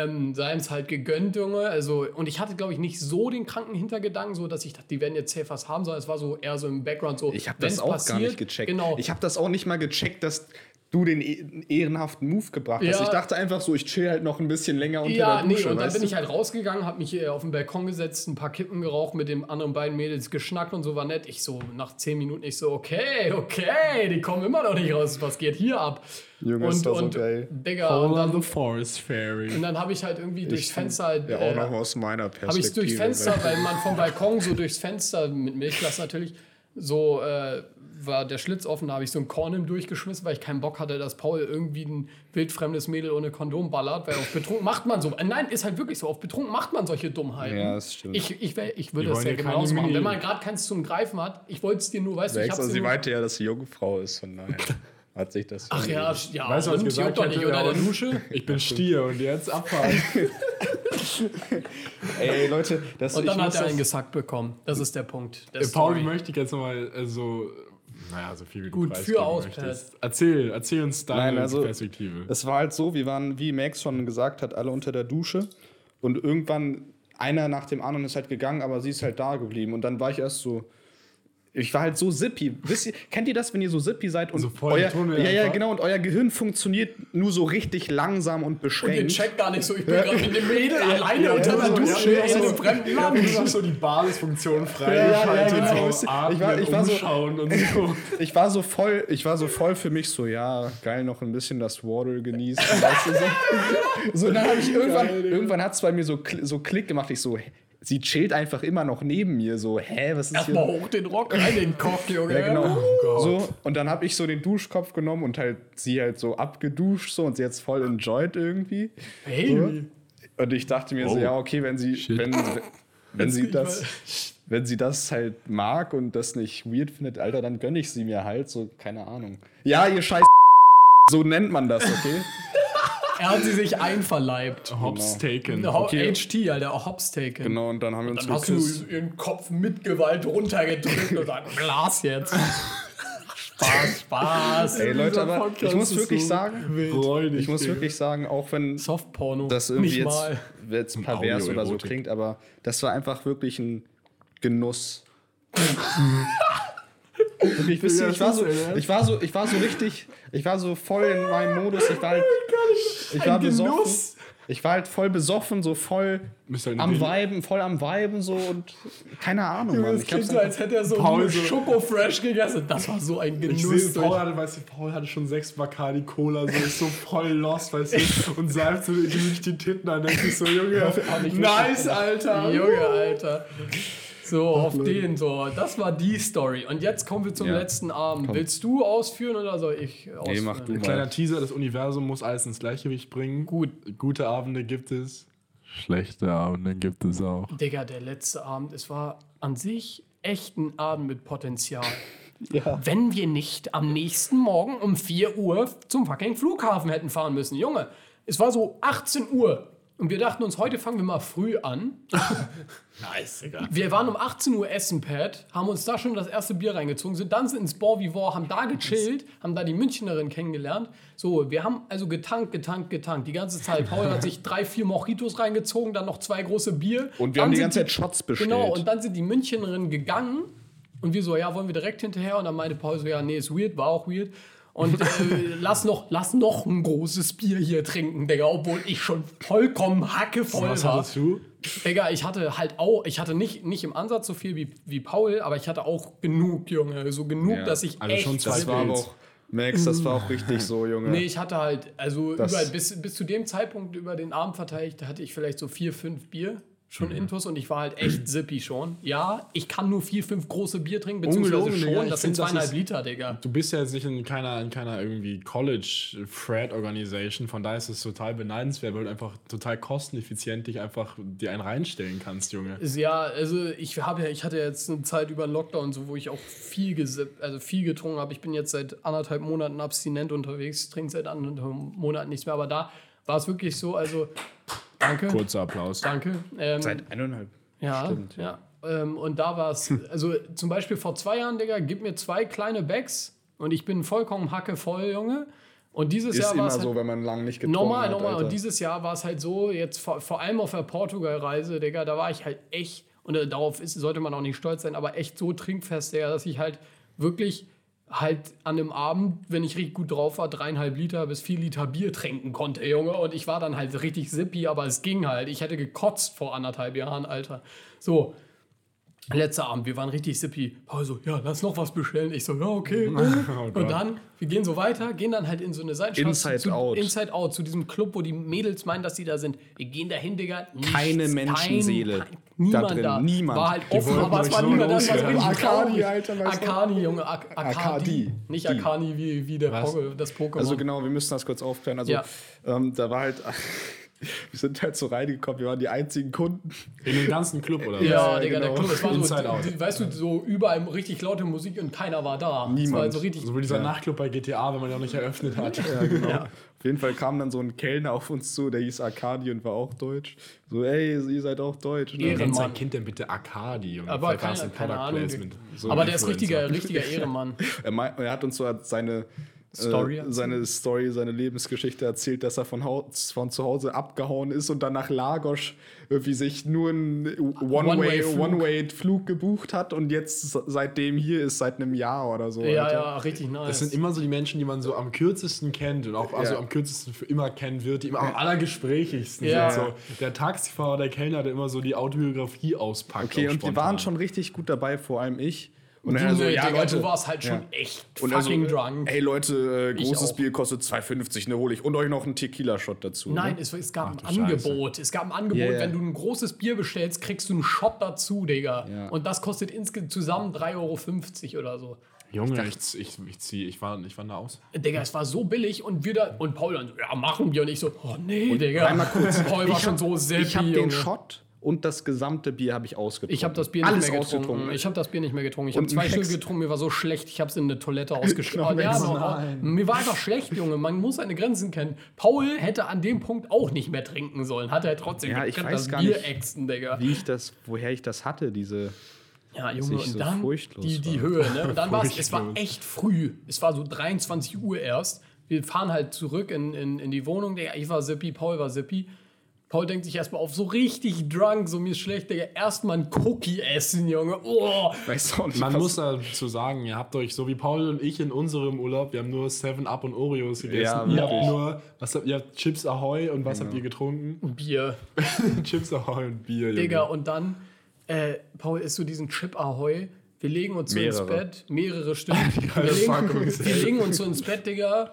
[SPEAKER 2] Ähm, sei es halt gegönnt, Junge. Also, und ich hatte, glaube ich, nicht so den kranken Hintergedanken, so dass ich dachte, die werden jetzt safe was haben, sondern es war so eher so im Background so.
[SPEAKER 3] Ich habe das
[SPEAKER 2] wenn's
[SPEAKER 3] auch
[SPEAKER 2] passiert,
[SPEAKER 3] gar nicht gecheckt.
[SPEAKER 2] Genau.
[SPEAKER 3] Ich habe das auch nicht mal gecheckt, dass du den eh- ehrenhaften Move gebracht hast.
[SPEAKER 2] Ja.
[SPEAKER 3] Ich dachte einfach so, ich chill halt noch ein bisschen länger unter
[SPEAKER 2] ja,
[SPEAKER 3] der Dusche.
[SPEAKER 2] nee, und dann
[SPEAKER 3] weißt
[SPEAKER 2] bin
[SPEAKER 3] du?
[SPEAKER 2] ich halt rausgegangen, habe mich äh, auf den Balkon gesetzt, ein paar Kippen geraucht, mit den anderen beiden Mädels geschnackt und so war nett. Ich so, nach zehn Minuten, ich so, okay, okay, die kommen immer noch nicht raus, was geht hier ab?
[SPEAKER 3] Junge,
[SPEAKER 2] und,
[SPEAKER 3] ist das so
[SPEAKER 2] und,
[SPEAKER 3] geil.
[SPEAKER 2] Digga, und
[SPEAKER 1] Paula the
[SPEAKER 2] dann,
[SPEAKER 1] Forest
[SPEAKER 2] und
[SPEAKER 1] Fairy.
[SPEAKER 2] dann habe ich halt irgendwie durchs Fenster halt,
[SPEAKER 3] Ja,
[SPEAKER 2] äh,
[SPEAKER 3] auch noch aus meiner Perspektive. ne?
[SPEAKER 2] habe ich es durchs Fenster,
[SPEAKER 3] weil-
[SPEAKER 2] weil man vom Balkon so durchs Fenster mit Milchglas natürlich so äh, war der Schlitz offen, da habe ich so ein Kornem durchgeschmissen, weil ich keinen Bock hatte, dass Paul irgendwie ein wildfremdes Mädel ohne Kondom ballert, weil auf betrunken macht man so. Äh, Nein, ist halt wirklich so, auf betrunken macht man solche Dummheiten.
[SPEAKER 3] Ja, das stimmt.
[SPEAKER 2] Ich, ich, wär- ich würde
[SPEAKER 1] Die
[SPEAKER 2] das
[SPEAKER 1] wollen
[SPEAKER 2] ja
[SPEAKER 1] ja keine
[SPEAKER 2] genauso machen.
[SPEAKER 1] Mini-
[SPEAKER 2] Wenn man gerade keins zum Greifen hat, ich wollte es dir nur, weißt du, ich
[SPEAKER 3] Sechs,
[SPEAKER 2] hab's
[SPEAKER 3] also
[SPEAKER 2] dir
[SPEAKER 3] sie
[SPEAKER 2] nur,
[SPEAKER 3] meinte ja, dass sie junge Frau ist, von daher hat sich das.
[SPEAKER 2] Ach ja, sch- ja,
[SPEAKER 1] Weißt du, was ich
[SPEAKER 2] und
[SPEAKER 1] gesagt
[SPEAKER 2] juckt doch
[SPEAKER 1] hätte?
[SPEAKER 2] nicht unter
[SPEAKER 1] Ja,
[SPEAKER 2] der
[SPEAKER 1] und-
[SPEAKER 2] Dusche.
[SPEAKER 1] Ich bin Stier und jetzt abfahren.
[SPEAKER 3] Ey, Leute, das
[SPEAKER 2] Und
[SPEAKER 3] ich
[SPEAKER 2] dann
[SPEAKER 3] muss
[SPEAKER 2] hat er
[SPEAKER 3] das-
[SPEAKER 2] einen gesackt bekommen. Das ist der Punkt. Der
[SPEAKER 1] Äh, Paul,
[SPEAKER 2] Story.
[SPEAKER 1] möchte ich jetzt nochmal äh, so, naja, so viel wie du
[SPEAKER 2] Gut,
[SPEAKER 1] preisgeben
[SPEAKER 2] für aus,
[SPEAKER 1] möchtest. Erzähl, erzähl uns deine
[SPEAKER 3] Nein, also-
[SPEAKER 1] Perspektive.
[SPEAKER 3] Es war halt so, wir waren, wie Max schon gesagt hat, alle unter der Dusche. Und irgendwann, einer nach dem anderen ist halt gegangen, aber sie ist halt da geblieben. Und dann war ich erst so. Ich war halt so sippy. Wisst ihr, kennt ihr das, wenn ihr so sippy seid und
[SPEAKER 1] So voll im
[SPEAKER 3] euer,
[SPEAKER 1] Tunnel
[SPEAKER 3] ja, ja,
[SPEAKER 1] einfach?
[SPEAKER 3] genau, und euer Gehirn funktioniert nur so richtig langsam und
[SPEAKER 2] Und ihr
[SPEAKER 3] beschränkt.
[SPEAKER 2] checkt gar nicht so, ich bin gerade mit dem Mädel alleine unter der
[SPEAKER 1] ja,
[SPEAKER 2] Dusche
[SPEAKER 1] ja,
[SPEAKER 2] in
[SPEAKER 1] ja,
[SPEAKER 2] einem fremden
[SPEAKER 1] Ja,
[SPEAKER 2] Land.
[SPEAKER 1] du hast so die Basisfunktion
[SPEAKER 3] Ja,
[SPEAKER 1] freigeschaltet,
[SPEAKER 3] ja, genau.
[SPEAKER 1] halt so
[SPEAKER 3] Ich war-
[SPEAKER 1] atmen,
[SPEAKER 3] ich war so-
[SPEAKER 1] umschauen und so.
[SPEAKER 3] ich war so voll, ich war so voll für mich so, ja, geil, noch ein bisschen das Water genießen. Weißt du, so. so, dann habe ich irgendwann, irgendwann hat es bei mir so, kl- so Klick gemacht. Ich so, hä, sie chillt einfach immer noch neben mir. So, hä, was ist
[SPEAKER 2] Erstmal Oh
[SPEAKER 3] hier?
[SPEAKER 2] hoch den Rock rein, den Kopf, Junge.
[SPEAKER 3] Ja, genau.
[SPEAKER 1] Gott.
[SPEAKER 3] so, und dann habe ich so den Duschkopf genommen und halt sie halt so abgeduscht so und sie jetzt voll enjoyed irgendwie.
[SPEAKER 2] Hey,
[SPEAKER 3] Und ich dachte mir so, ja, okay, wenn sie, wenn, wenn sie das, wenn sie das halt mag und das nicht weird findet, Alter, dann gönne ich sie mir halt, so, keine Ahnung. Ja, ihr scheiß so nennt man das, okay?
[SPEAKER 2] er hat sie sich einverleibt.
[SPEAKER 1] Hops taken.
[SPEAKER 2] Ho-
[SPEAKER 3] Oh, Okay.
[SPEAKER 2] HT, Alter, Hops taken.
[SPEAKER 3] Genau, und dann haben wir uns
[SPEAKER 2] Dann hast
[SPEAKER 3] geküsst.
[SPEAKER 2] du ihren Kopf mit Gewalt runtergedrückt und sagst, Glas jetzt. Spaß, Spaß.
[SPEAKER 3] Ey, Leute,
[SPEAKER 1] Dieser
[SPEAKER 3] aber ich
[SPEAKER 1] Podcast
[SPEAKER 3] muss
[SPEAKER 1] ist
[SPEAKER 3] wirklich
[SPEAKER 1] so
[SPEAKER 3] sagen,
[SPEAKER 1] Freudig,
[SPEAKER 3] ich muss
[SPEAKER 1] Digga.
[SPEAKER 3] wirklich sagen, auch wenn
[SPEAKER 2] Softporno.
[SPEAKER 3] das irgendwie
[SPEAKER 2] Nicht
[SPEAKER 3] jetzt,
[SPEAKER 2] mal.
[SPEAKER 3] jetzt pervers oder so
[SPEAKER 1] Audioerotik.
[SPEAKER 3] klingt, aber das war einfach wirklich ein Genuss. Wirklich, wisst ihr, ich war so,
[SPEAKER 2] ne?
[SPEAKER 3] ich war so, ich war so richtig, ich war so voll in meinem Modus, ich war halt, ich war
[SPEAKER 2] Ein
[SPEAKER 3] besoffen.
[SPEAKER 2] Genuss.
[SPEAKER 3] Ich war halt voll besoffen, so voll
[SPEAKER 1] Bist halt ein
[SPEAKER 3] am
[SPEAKER 1] Deli-
[SPEAKER 3] Weiben, voll am Weiben so und keine Ahnung, Mann.
[SPEAKER 2] Das
[SPEAKER 3] Ich hab's
[SPEAKER 2] klingt so,
[SPEAKER 3] einfach-
[SPEAKER 2] als hätte er so
[SPEAKER 1] Paul
[SPEAKER 2] einen
[SPEAKER 1] so-
[SPEAKER 2] Schoko-Fresh gegessen. Das war so ein
[SPEAKER 1] Ich
[SPEAKER 2] Genuss.
[SPEAKER 1] sehe,
[SPEAKER 2] durch-
[SPEAKER 1] Paul hatte, weißt du, Paul hatte schon sechs Bacardi Cola, so ist so voll lost, weißt du, und salbt so durch die Titten an, denkt sich so, Junge, nice, Alter.
[SPEAKER 2] Junge, Alter. So, auf den, so. Das war die Story. Und jetzt kommen wir zum
[SPEAKER 3] Ja.
[SPEAKER 2] letzten Abend. Willst du ausführen oder soll ich ausführen?
[SPEAKER 3] mach du.
[SPEAKER 1] Kleiner Teaser, das Universum muss alles ins Gleichgewicht bringen. Gut. Gute Abende gibt es. Schlechte Abende gibt es auch.
[SPEAKER 2] Digga, der letzte Abend, es war an sich echt ein Abend mit Potenzial. Wenn wir nicht am nächsten Morgen um 4 Uhr zum fucking Flughafen hätten fahren müssen. Junge, es war so 18 Uhr. Und wir dachten uns, heute fangen wir mal früh an.
[SPEAKER 1] Nice, Digga.
[SPEAKER 2] Wir waren um 18 Uhr essen, Pat, haben uns da schon das erste Bier reingezogen, sind dann ins Bon Vivant, haben da gechillt, haben da die Münchnerin kennengelernt. So, wir haben also getankt, getankt, getankt. Die ganze Zeit. Paul hat sich drei, vier Mojitos reingezogen, dann noch zwei große Bier.
[SPEAKER 3] Und wir
[SPEAKER 2] Dann
[SPEAKER 3] haben die
[SPEAKER 2] sind
[SPEAKER 3] ganze Zeit Shots bestellt.
[SPEAKER 2] Genau, und dann sind die Münchnerinnen gegangen und wir so, ja, wollen wir direkt hinterher? Und dann meinte Paul so, ja, nee, ist weird, war auch weird. Und äh, lass, noch, lass noch ein großes Bier hier trinken, Digga, obwohl ich schon vollkommen hackevoll
[SPEAKER 1] Was
[SPEAKER 2] war.
[SPEAKER 1] hattest du?
[SPEAKER 2] Digga, ich hatte halt auch, ich hatte nicht, nicht im Ansatz so viel wie, wie Paul, aber ich hatte auch genug, Junge. So genug,
[SPEAKER 3] Ja,
[SPEAKER 2] dass ich
[SPEAKER 1] also
[SPEAKER 2] echt...
[SPEAKER 1] schon zwei
[SPEAKER 3] das war aber
[SPEAKER 1] Pilz.
[SPEAKER 3] auch, Max, das war auch richtig so, Junge.
[SPEAKER 2] Nee, ich hatte halt, also
[SPEAKER 3] Das-
[SPEAKER 2] über, bis, bis zu dem Zeitpunkt über den Abend verteilt, hatte ich vielleicht so vier, fünf Bier schon
[SPEAKER 1] Mhm.
[SPEAKER 2] intus und ich war halt echt sippy schon. Ja, ich kann nur vier, fünf große Bier trinken, beziehungsweise
[SPEAKER 1] Ungelogen,
[SPEAKER 2] schon,
[SPEAKER 1] Digga, ich
[SPEAKER 2] das sind
[SPEAKER 1] find, das
[SPEAKER 2] zweieinhalb
[SPEAKER 1] ist-
[SPEAKER 2] Liter, Digga.
[SPEAKER 1] Du bist ja jetzt nicht in keiner, in keiner irgendwie College-Fred-Organisation, von daher ist es total beneidenswert, weil du einfach total kosteneffizient dich einfach dir einen reinstellen kannst, Junge.
[SPEAKER 2] Ist Ja, also ich habe ja, ich hatte jetzt eine Zeit über den Lockdown, so wo ich auch viel gesippt, also viel getrunken habe. Ich bin jetzt seit anderthalb Monaten abstinent unterwegs, trinke seit anderthalb Monaten nichts mehr, aber da war es wirklich so, also danke.
[SPEAKER 1] Kurzer Applaus.
[SPEAKER 2] Danke. Ähm,
[SPEAKER 3] Seit eineinhalb.
[SPEAKER 2] Ja,
[SPEAKER 3] Stimmt.
[SPEAKER 2] ja. Ähm, und da war es, also zum Beispiel vor zwei Jahren, Digga, gib mir zwei kleine Bags und ich bin vollkommen hackevoll, Junge. Und dieses
[SPEAKER 3] Ist
[SPEAKER 2] Jahr war
[SPEAKER 3] immer
[SPEAKER 2] es halt
[SPEAKER 3] so, wenn man lang nicht getrunken
[SPEAKER 2] normal,
[SPEAKER 3] hat.
[SPEAKER 2] normal.
[SPEAKER 3] Alter.
[SPEAKER 2] Und dieses Jahr war es halt so, jetzt vor, vor allem auf der Portugal-Reise, Digga, da war ich halt echt, und äh, darauf ist, sollte man auch nicht stolz sein, aber echt so trinkfest, Digga, dass ich halt wirklich halt an einem Abend, wenn ich richtig gut drauf war, dreieinhalb Liter bis vier Liter Bier trinken konnte, Junge. Und ich war dann halt richtig sippy, aber es ging halt. Ich hätte gekotzt vor anderthalb Jahren, Alter. So, letzter Abend, wir waren richtig sippy. Paul so, ja, lass noch was bestellen. Ich so, ja, okay.
[SPEAKER 1] Gott.
[SPEAKER 3] Oh
[SPEAKER 2] und dann, wir gehen so weiter, gehen dann halt in so eine Seilschaft.
[SPEAKER 3] Inside
[SPEAKER 2] zu,
[SPEAKER 3] Out.
[SPEAKER 2] Inside Out, zu diesem Club, wo die Mädels meinen, dass sie da sind. Wir gehen da hin, Digga. Nichts,
[SPEAKER 3] Keine Menschenseele
[SPEAKER 2] Kein, niemand da,
[SPEAKER 3] drin, niemand.
[SPEAKER 2] niemand. War halt
[SPEAKER 1] Die
[SPEAKER 2] offen,
[SPEAKER 1] wollten
[SPEAKER 2] aber es
[SPEAKER 1] euch
[SPEAKER 2] war
[SPEAKER 1] so
[SPEAKER 2] niemand da. Das war
[SPEAKER 1] loswerden.
[SPEAKER 2] richtig
[SPEAKER 3] Arkadi,
[SPEAKER 2] traurig.
[SPEAKER 3] Alter, weißt du?
[SPEAKER 2] Arkadi, Junge, Ak Arkadi.
[SPEAKER 3] Arkadi.
[SPEAKER 2] Nicht
[SPEAKER 3] Die.
[SPEAKER 2] Arkadi wie, wie der Pogge, das Pokémon.
[SPEAKER 3] Also genau, wir müssen das kurz aufklären. Also
[SPEAKER 2] Ja.
[SPEAKER 3] ähm, da war halt, wir sind halt so reingekommen, wir waren die einzigen Kunden.
[SPEAKER 1] In den ganzen Club oder was?
[SPEAKER 2] ja,
[SPEAKER 3] Ja,
[SPEAKER 2] Digga,
[SPEAKER 3] genau.
[SPEAKER 2] der Club, es war so,
[SPEAKER 1] Inside Out.
[SPEAKER 2] die- weißt du, so überall richtig laute Musik und keiner war da. Es war
[SPEAKER 3] Niemand.
[SPEAKER 2] so richtig
[SPEAKER 1] So wie dieser Nachtclub bei GTA, wenn man ja noch nicht eröffnet hat.
[SPEAKER 3] Genau. Auf jeden Fall kam dann so ein Kellner auf uns zu, der hieß Arkadi und war auch deutsch. So, ey, ihr seid auch deutsch. Ne?
[SPEAKER 2] Ehrenmann.
[SPEAKER 1] Nennt sein Kind denn bitte Akadi? Und
[SPEAKER 2] Aber
[SPEAKER 1] vielleicht war
[SPEAKER 2] keine,
[SPEAKER 1] es ein
[SPEAKER 2] keine
[SPEAKER 1] Product
[SPEAKER 2] Ahnung.
[SPEAKER 1] Placement. So
[SPEAKER 2] aber der ist
[SPEAKER 1] Influencer.
[SPEAKER 2] richtiger, richtiger Ehrenmann.
[SPEAKER 3] Er, mei- er hat uns so seine
[SPEAKER 2] Story
[SPEAKER 3] äh,
[SPEAKER 2] erzählt?
[SPEAKER 3] seine Story, seine Lebensgeschichte erzählt, dass er von, Haus, von zu Hause abgehauen ist und dann nach Lagos irgendwie sich nur einen One-Way-Flug
[SPEAKER 2] One-Way-Flug.
[SPEAKER 3] gebucht hat und jetzt seitdem hier ist, seit einem Jahr oder so.
[SPEAKER 2] ja,
[SPEAKER 3] Alter.
[SPEAKER 2] ja, richtig nice.
[SPEAKER 1] Das sind immer so die Menschen, die man so am kürzesten kennt und auch also
[SPEAKER 3] Ja.
[SPEAKER 1] am kürzesten für immer kennen wird, die immer am allergesprächigsten
[SPEAKER 2] Ja.
[SPEAKER 1] sind. So. Der Taxifahrer, der Kellner, der immer so die Autobiografie auspackt.
[SPEAKER 3] Okay,
[SPEAKER 1] auch
[SPEAKER 3] und die
[SPEAKER 1] spontan.
[SPEAKER 3] waren schon richtig gut dabei, vor allem ich. Und
[SPEAKER 2] du,
[SPEAKER 3] er so,
[SPEAKER 2] nee,
[SPEAKER 3] ja,
[SPEAKER 2] Digga, du
[SPEAKER 3] Leute.
[SPEAKER 2] warst halt schon
[SPEAKER 3] Ja.
[SPEAKER 2] echt
[SPEAKER 3] Und er so,
[SPEAKER 2] fucking
[SPEAKER 3] äh,
[SPEAKER 2] drunk.
[SPEAKER 3] Hey Leute, äh,
[SPEAKER 2] Ich
[SPEAKER 3] großes
[SPEAKER 2] auch.
[SPEAKER 3] Bier kostet 2,50, ne, hole ich. Und euch noch einen Tequila-Shot dazu.
[SPEAKER 2] Nein,
[SPEAKER 3] ne?
[SPEAKER 2] es, es gab ein
[SPEAKER 1] du Scheiße.
[SPEAKER 2] Angebot. Es gab ein Angebot,
[SPEAKER 3] Ja, ja.
[SPEAKER 2] wenn du ein großes Bier bestellst, kriegst du einen Shot dazu, Digga.
[SPEAKER 3] Ja.
[SPEAKER 2] Und das kostet insgesamt zusammen 3,50 Euro oder so.
[SPEAKER 1] Junge, ich, ich, ich, zieh, ich war, ich war da aus.
[SPEAKER 2] Digga, es war so billig und wir da, und Paul dann, so, ja, machen wir. Und ich so, oh nee, Digga.
[SPEAKER 3] einmal kurz,
[SPEAKER 2] Paul war schon so sehr
[SPEAKER 3] Ich habe den Shot und das gesamte Bier habe ich ausgetrunken.
[SPEAKER 2] Ich habe das Bier
[SPEAKER 3] Alles
[SPEAKER 2] nicht mehr getrunken.
[SPEAKER 3] ausgetrunken.
[SPEAKER 2] Ich habe das Bier nicht mehr getrunken. Ich habe
[SPEAKER 3] Und
[SPEAKER 2] zwei
[SPEAKER 3] Max-
[SPEAKER 2] Stück getrunken. Mir war so schlecht. Ich habe es in eine Toilette ausgeschlagen.
[SPEAKER 3] Genau,
[SPEAKER 2] ja,
[SPEAKER 3] Max,
[SPEAKER 2] aber, aber, mir war einfach schlecht, Junge. Man muss seine Grenzen kennen. Paul hätte an dem Punkt auch nicht mehr trinken sollen. Hat er trotzdem
[SPEAKER 3] Ja, ich
[SPEAKER 2] gekriegt,
[SPEAKER 3] weiß
[SPEAKER 2] das
[SPEAKER 3] gar
[SPEAKER 2] Bier
[SPEAKER 3] nicht,
[SPEAKER 2] ächzen, Digga.
[SPEAKER 3] Wie ich das, woher ich das hatte, diese.
[SPEAKER 2] Ja, Junge,
[SPEAKER 3] ich
[SPEAKER 2] und
[SPEAKER 3] so
[SPEAKER 2] dann
[SPEAKER 3] furchtlos
[SPEAKER 2] die, die
[SPEAKER 3] war.
[SPEAKER 2] Höhe. Ne? Und dann war es, es war
[SPEAKER 1] Furchtlos.
[SPEAKER 2] echt früh. Es war so 23 Uhr erst. Wir fahren halt zurück in, in, in die Wohnung. Digga, ich war Sippi, Paul war Sippi. Paul denkt sich erstmal auf, so richtig drunk, so mir ist schlecht, Digga. Erstmal ein Cookie essen, Junge. Oh,
[SPEAKER 3] Weiß auch nicht,
[SPEAKER 1] Man
[SPEAKER 3] was-
[SPEAKER 1] muss dazu sagen, ihr habt euch, so wie Paul und ich in unserem Urlaub, wir haben nur 7-Up und Oreos gegessen.
[SPEAKER 3] Ja,
[SPEAKER 1] ihr habt
[SPEAKER 3] wirklich.
[SPEAKER 1] nur, was habt, ihr habt Chips Ahoy und was habt ihr getrunken?
[SPEAKER 2] Bier.
[SPEAKER 1] Chips Ahoy und Bier.
[SPEAKER 2] Digga,
[SPEAKER 1] Junge.
[SPEAKER 2] und dann, äh, Paul, isst du diesen Chip Ahoy? Wir legen uns so ins
[SPEAKER 3] Mehrere.
[SPEAKER 2] Bett, mehrere Stück. wir,
[SPEAKER 1] das war
[SPEAKER 2] legen,
[SPEAKER 1] gut.
[SPEAKER 2] wir legen uns so ins Bett, Digga.